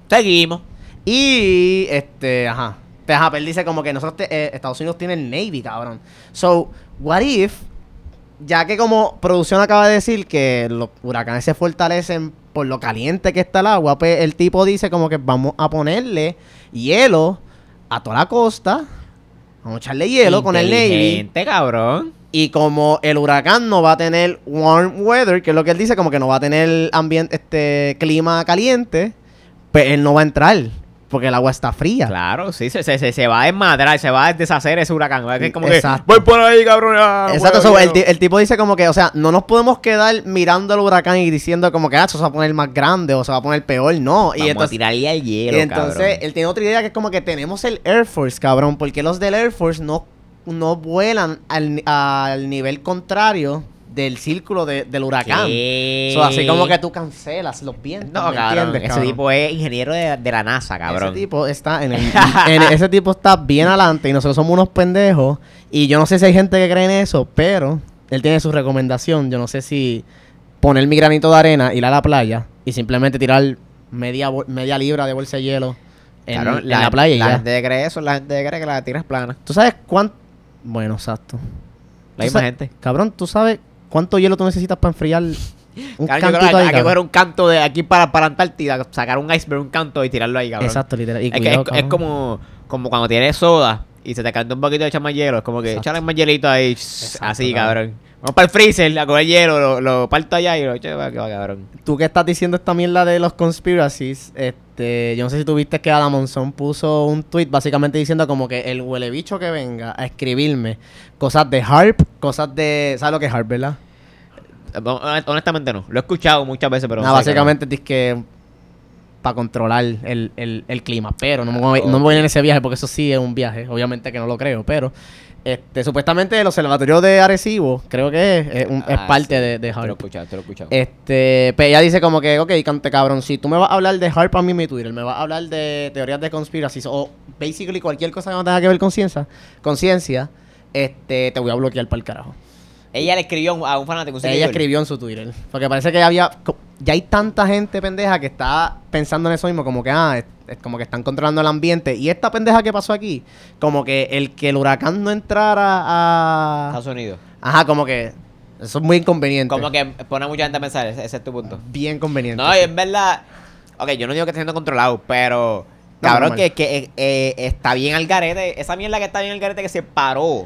A: Seguimos.
B: Y, este, ajá. Pues, ajá, pero él dice como que nosotros, te- eh, Estados Unidos tiene el Navy, cabrón. So, what if, ya que como producción acaba de decir que los huracanes se fortalecen por lo caliente que está el agua, pues el tipo dice como que vamos a ponerle hielo a toda la costa. Vamos a echarle hielo con el Navy.
A: Inteligente, cabrón.
B: Y como el huracán no va a tener warm weather, que es lo que él dice, como que no va a tener ambiente, este clima caliente, pues él no va a entrar, porque el agua está fría.
A: Claro, sí, se, se, se, se va a desmadrar, se va a deshacer ese huracán. ¿verdad? Que es como que,
B: Exacto.
A: voy por ahí, cabrón. ah,
B: Exacto,
A: voy
B: so,
A: a-
B: el, ti- el tipo dice como que, o sea, no nos podemos quedar mirando el huracán y diciendo como que, ah, eso se va a poner más grande o se va a poner peor, no.
A: Vamos
B: Y
A: a
B: entonces,
A: tirarle al hielo,
B: y entonces
A: cabrón.
B: él tiene otra idea que es como que tenemos el Air Force, cabrón, porque los del Air Force no, no vuelan al, ni- al nivel contrario del círculo de- del huracán.
A: ¿Qué?
B: So, así como que tú cancelas los vientos.
A: Eh, No,
B: ¿me
A: cabrón,
B: entiendes,
A: ese
B: cabrón?
A: tipo es ingeniero de, de la NASA, cabrón.
B: Ese tipo está en el- en- ese tipo está bien adelante y nosotros somos unos pendejos. Y yo no sé si hay gente que cree en eso, pero él tiene su recomendación. Yo no sé si poner mi granito de arena, ir a la playa y simplemente tirar media, bol- media libra de bolsa de hielo en,
A: Cabrón,
B: en la, playa y
A: La
B: ya.
A: gente que cree eso, la gente que cree que la tierra es plana.
B: ¿Tú sabes cuánto? Bueno, exacto.
A: La
B: Tú
A: misma
B: sa-
A: gente.
B: Cabrón, ¿tú sabes cuánto hielo tú necesitas para enfriar
A: Cabrón, yo
B: un
A: creo
B: cantito
A: que hay,
B: ahí,
A: hay que
B: cabrón?
A: coger un canto de aquí para, para Antártida, sacar un iceberg, un canto y tirarlo ahí, cabrón.
B: Exacto, literal. Y
A: Es, que
B: cuidado,
A: es- es
B: cabrón.
A: como, como cuando tienes soda y se te canta un poquito de echar más hielo. Es como que
B: Exacto.
A: echar más hielito ahí. así,
B: cabrón.
A: cabrón. Vamos para el freezer a coger hielo, lo, lo parto allá y lo echo para que va, cabrón.
B: tú que estás diciendo esta mierda de los conspiracies, este, yo no sé si tuviste que Adam Monzón puso un tweet básicamente diciendo como que el huele bicho que venga a escribirme cosas de harp, cosas de, ¿sabes lo que es harp, verdad?
A: Eh, hon- Honestamente no. Lo he escuchado muchas veces, pero no,
B: Nada,
A: sé,
B: básicamente es que para controlar el, el- el clima, pero no me, voy, no me voy en ese viaje porque eso sí es un viaje, obviamente que no lo creo, pero este, supuestamente el observatorio de Arecibo creo que es, es un- es
A: Ah,
B: parte
A: sí,
B: de,
A: cabrón. Te lo
B: de
A: he
B: harp.
A: escuchado, te lo he escuchado.
B: Este, pero ella dice como que, ok, cante cabrón, si tú me vas a hablar de Harp a mí en mi Twitter, me vas a hablar de teorías de conspiracies o basically cualquier cosa que no tenga que ver con ciencia, conciencia, este, te voy a bloquear para el carajo.
A: Ella le escribió a un- a un fanático. un
B: Ella
A: seguidor.
B: escribió en su Twitter. Porque parece que había. co- Ya hay tanta gente pendeja que está pensando en eso mismo, como que ah, es, es como que están controlando el ambiente. Y esta pendeja que pasó aquí, como que el que el huracán no entrara a.
A: Estados Unidos.
B: Ajá, como que. Eso es muy inconveniente.
A: Como que pone a mucha gente a pensar, ese, ese es tu punto.
B: Bien conveniente.
A: No, y en verdad. Ok, yo no digo que esté siendo controlado, pero.
B: No,
A: Cabrón,
B: normal.
A: que, que, eh, eh, está bien al garete. Esa mierda que está bien al garete que se paró.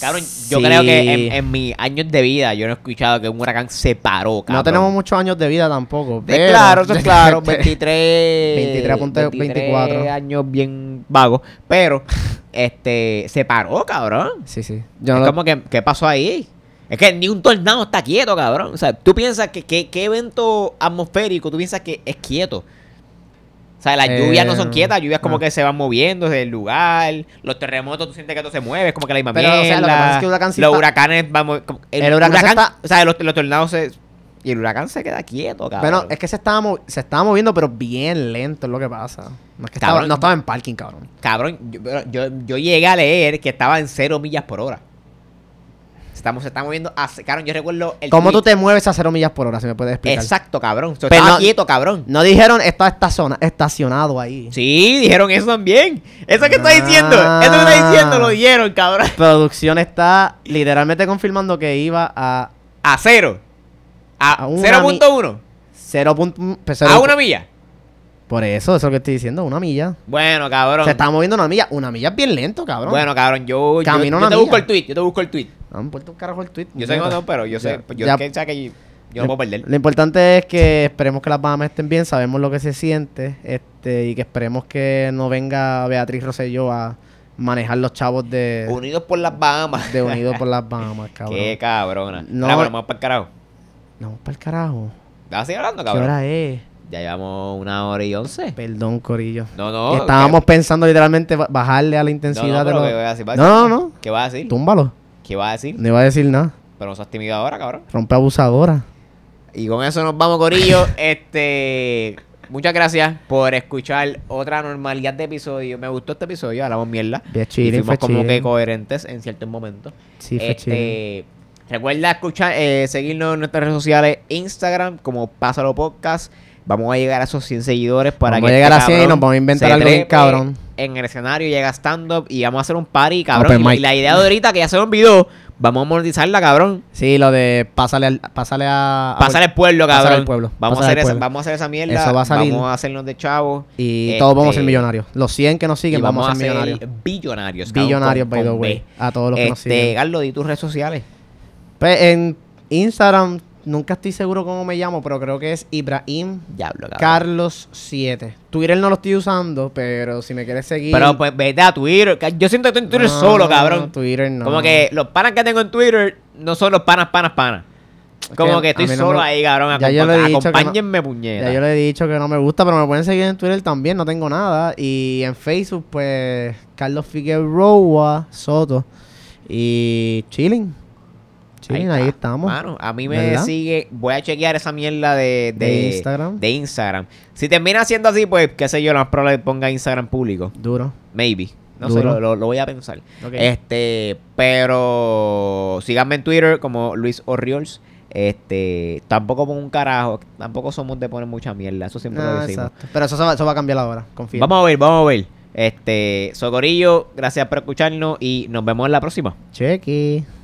A: Cabrón, yo
B: Sí.
A: creo que en, en mis años de vida yo no he escuchado que un huracán se paró, cabrón.
B: No tenemos muchos años de vida tampoco.
A: De
B: pero-
A: claro, eso es claro. 23.
B: 23.24.
A: 23 años bien vagos. Pero, este, se paró, cabrón.
B: Sí, sí. Yo no
A: es
B: lo-
A: como que, ¿qué pasó ahí? Es que ni un tornado está quieto, cabrón. O sea, tú piensas que, que- qué evento atmosférico tú piensas que es quieto. O sea, las
B: Eh,
A: lluvias no son quietas, las lluvias como
B: no.
A: que se van moviendo desde el lugar, los terremotos tú sientes que todo se mueve, es como que la misma
B: Pero, o sea, lo que
A: mierda,
B: pasa es que el huracán sí
A: los
B: está-
A: huracanes van movi- como-
B: El huracán se está-
A: o sea, los, los tornados se y el huracán se queda quieto, cabrón.
B: Bueno, es que se estaba, mov- se estaba moviendo, pero bien lento es lo que pasa. No es que estaba-
A: Cabrón.
B: no estaba en parking, cabrón.
A: Cabrón, yo, pero yo, yo llegué a leer que estaba en cero millas por hora. Estamos, se está moviendo. a c- cabrón, yo recuerdo el.
B: ¿Cómo
A: tweet.
B: tú te mueves a cero millas por hora? Si me puedes explicar.
A: Exacto, cabrón. Se
B: Pero
A: estaba
B: no-
A: quieto, cabrón.
B: No dijeron está estaciona- estacionado ahí.
A: Sí, dijeron eso también. Eso que está
B: Ah.
A: diciendo. Eso que está diciendo lo dijeron, cabrón.
B: Producción está literalmente confirmando que iba a
A: A cero. A,
B: A una
A: 0.1.
B: cero punto pues, cero-
A: A una milla.
B: Por eso, eso que estoy diciendo, una milla.
A: Bueno, cabrón.
B: Se estaba moviendo una milla. Una milla es bien lento, cabrón.
A: Bueno, cabrón, yo, yo-
B: Camino
A: yo,
B: una
A: te
B: milla.
A: busco el tweet. Yo te busco el tweet.
B: No me importa un carajo el tweet.
A: Yo sé que
B: puñeta.
A: no, pero yo sé.
B: Ya,
A: yo
B: ya.
A: que, que yo, yo no puedo perder.
B: Lo importante es que esperemos que las Bahamas estén bien, sabemos lo que se siente, este, y que esperemos que no venga Beatriz Rosselló a manejar los chavos de,
A: Unidos por las Bahamas.
B: de Unidos por las Bahamas, cabrón.
A: Qué cabrona.
B: No.
A: No, pero vamos para el carajo.
B: No, para el carajo.
A: ¿Vas a seguir hablando,
B: ¿Qué
A: cabrón?
B: hora es?
A: Ya llevamos una hora y once.
B: Perdón, Corillo.
A: No, no.
B: Estábamos pensando literalmente ba- bajarle a la
A: que- no, no,
B: intensidad
A: pero ¿qué
B: de
A: vas a decir?
B: los... No, no, no.
A: ¿Qué vas a decir?
B: Túmbalo.
A: ¿Qué vas a decir?
B: No iba a decir nada.
A: Pero no seas tímido ahora, cabrón.
B: Rompe abusadora.
A: Y con eso nos vamos, Corillo. este. Muchas gracias por escuchar otra normalidad de episodio. Me gustó este episodio, hablamos mierda.
B: Bien
A: Y
B: chilling,
A: fuimos
B: fue
A: como que
B: chilling.
A: coherentes en ciertos momentos.
B: Sí, fue chilling.
A: Este, recuerda escuchar, eh, seguirnos en nuestras redes sociales, Instagram, como Pásalo Podcast. Vamos a llegar a esos 100 seguidores para
B: Vamos
A: que
B: a llegar
A: este
B: a 100 y
A: cabrón
B: nos vamos a inventar
A: se
B: algo bien
A: trepe
B: cabrón.
A: En el escenario llega stand-up y vamos a hacer un party, cabrón.
B: Open
A: Y la-
B: mic.
A: y la idea de ahorita que ya se me olvidó, vamos a monetizarla, cabrón.
B: Sí, lo de pásale, al, pásale a... a-
A: Pásale al pueblo,
B: Pásale
A: cabrón.
B: al pueblo,
A: Vamos, a
B: pásale
A: hacer
B: al
A: esa,
B: pueblo.
A: vamos a hacer esa mierda.
B: Eso va a salir.
A: Vamos a hacernos de chavos.
B: Y
A: Este,
B: todos vamos a ser millonarios. Los 100 que nos siguen vamos, a ser millonarios.
A: billonarios. cabrón,
B: Billonarios,
A: con-
B: by the
A: con
B: way.
A: B.
B: A todos los que nos
A: Este,
B: siguen.
A: Carlos, di tus redes sociales.
B: Pues, en Instagram, nunca estoy seguro cómo me llamo, pero creo que es Ibrahim
A: Diablo, cabrón.
B: Carlos 7. Twitter no lo estoy usando, pero si me quieres seguir.
A: Pero pues vete a Twitter. ca- Yo siento que estoy en Twitter
B: No,
A: solo, cabrón.
B: Twitter no.
A: Como que los panas que tengo en Twitter no son los panas, panas, panas. Como
B: que
A: que estoy
B: a mí no
A: solo
B: me-
A: ahí, cabrón.
B: Ya yo
A: Acompa-
B: le he dicho que no-
A: Acompáñenme, puñeta.
B: Ya yo le he dicho que no me gusta, pero me pueden seguir en Twitter también, no tengo nada. Y en Facebook, pues, Carlos Figueroa Soto. Y chilling. Chilling, ahí,
A: está.
B: estamos.
A: Mano, a mí me
B: ¿Verdad?
A: sigue. Voy a chequear esa mierda de, de,
B: De Instagram.
A: de Instagram. Si termina siendo así, pues, qué sé yo, las probable que ponga Instagram público.
B: Duro.
A: Maybe. No sé,
B: Duro.
A: lo, lo- lo voy a pensar.
B: Ok.
A: Este, pero síganme en Twitter como Luis Orriols. Este, tampoco pongo un carajo. Tampoco somos de poner mucha mierda. Eso siempre
B: Ah,
A: lo decimos.
B: exacto. Pero eso, se va, eso va a cambiar ahora, confío.
A: Vamos a ver, vamos a ver. Este, Socorillo, gracias por escucharnos y nos vemos en la próxima.
B: Chequi.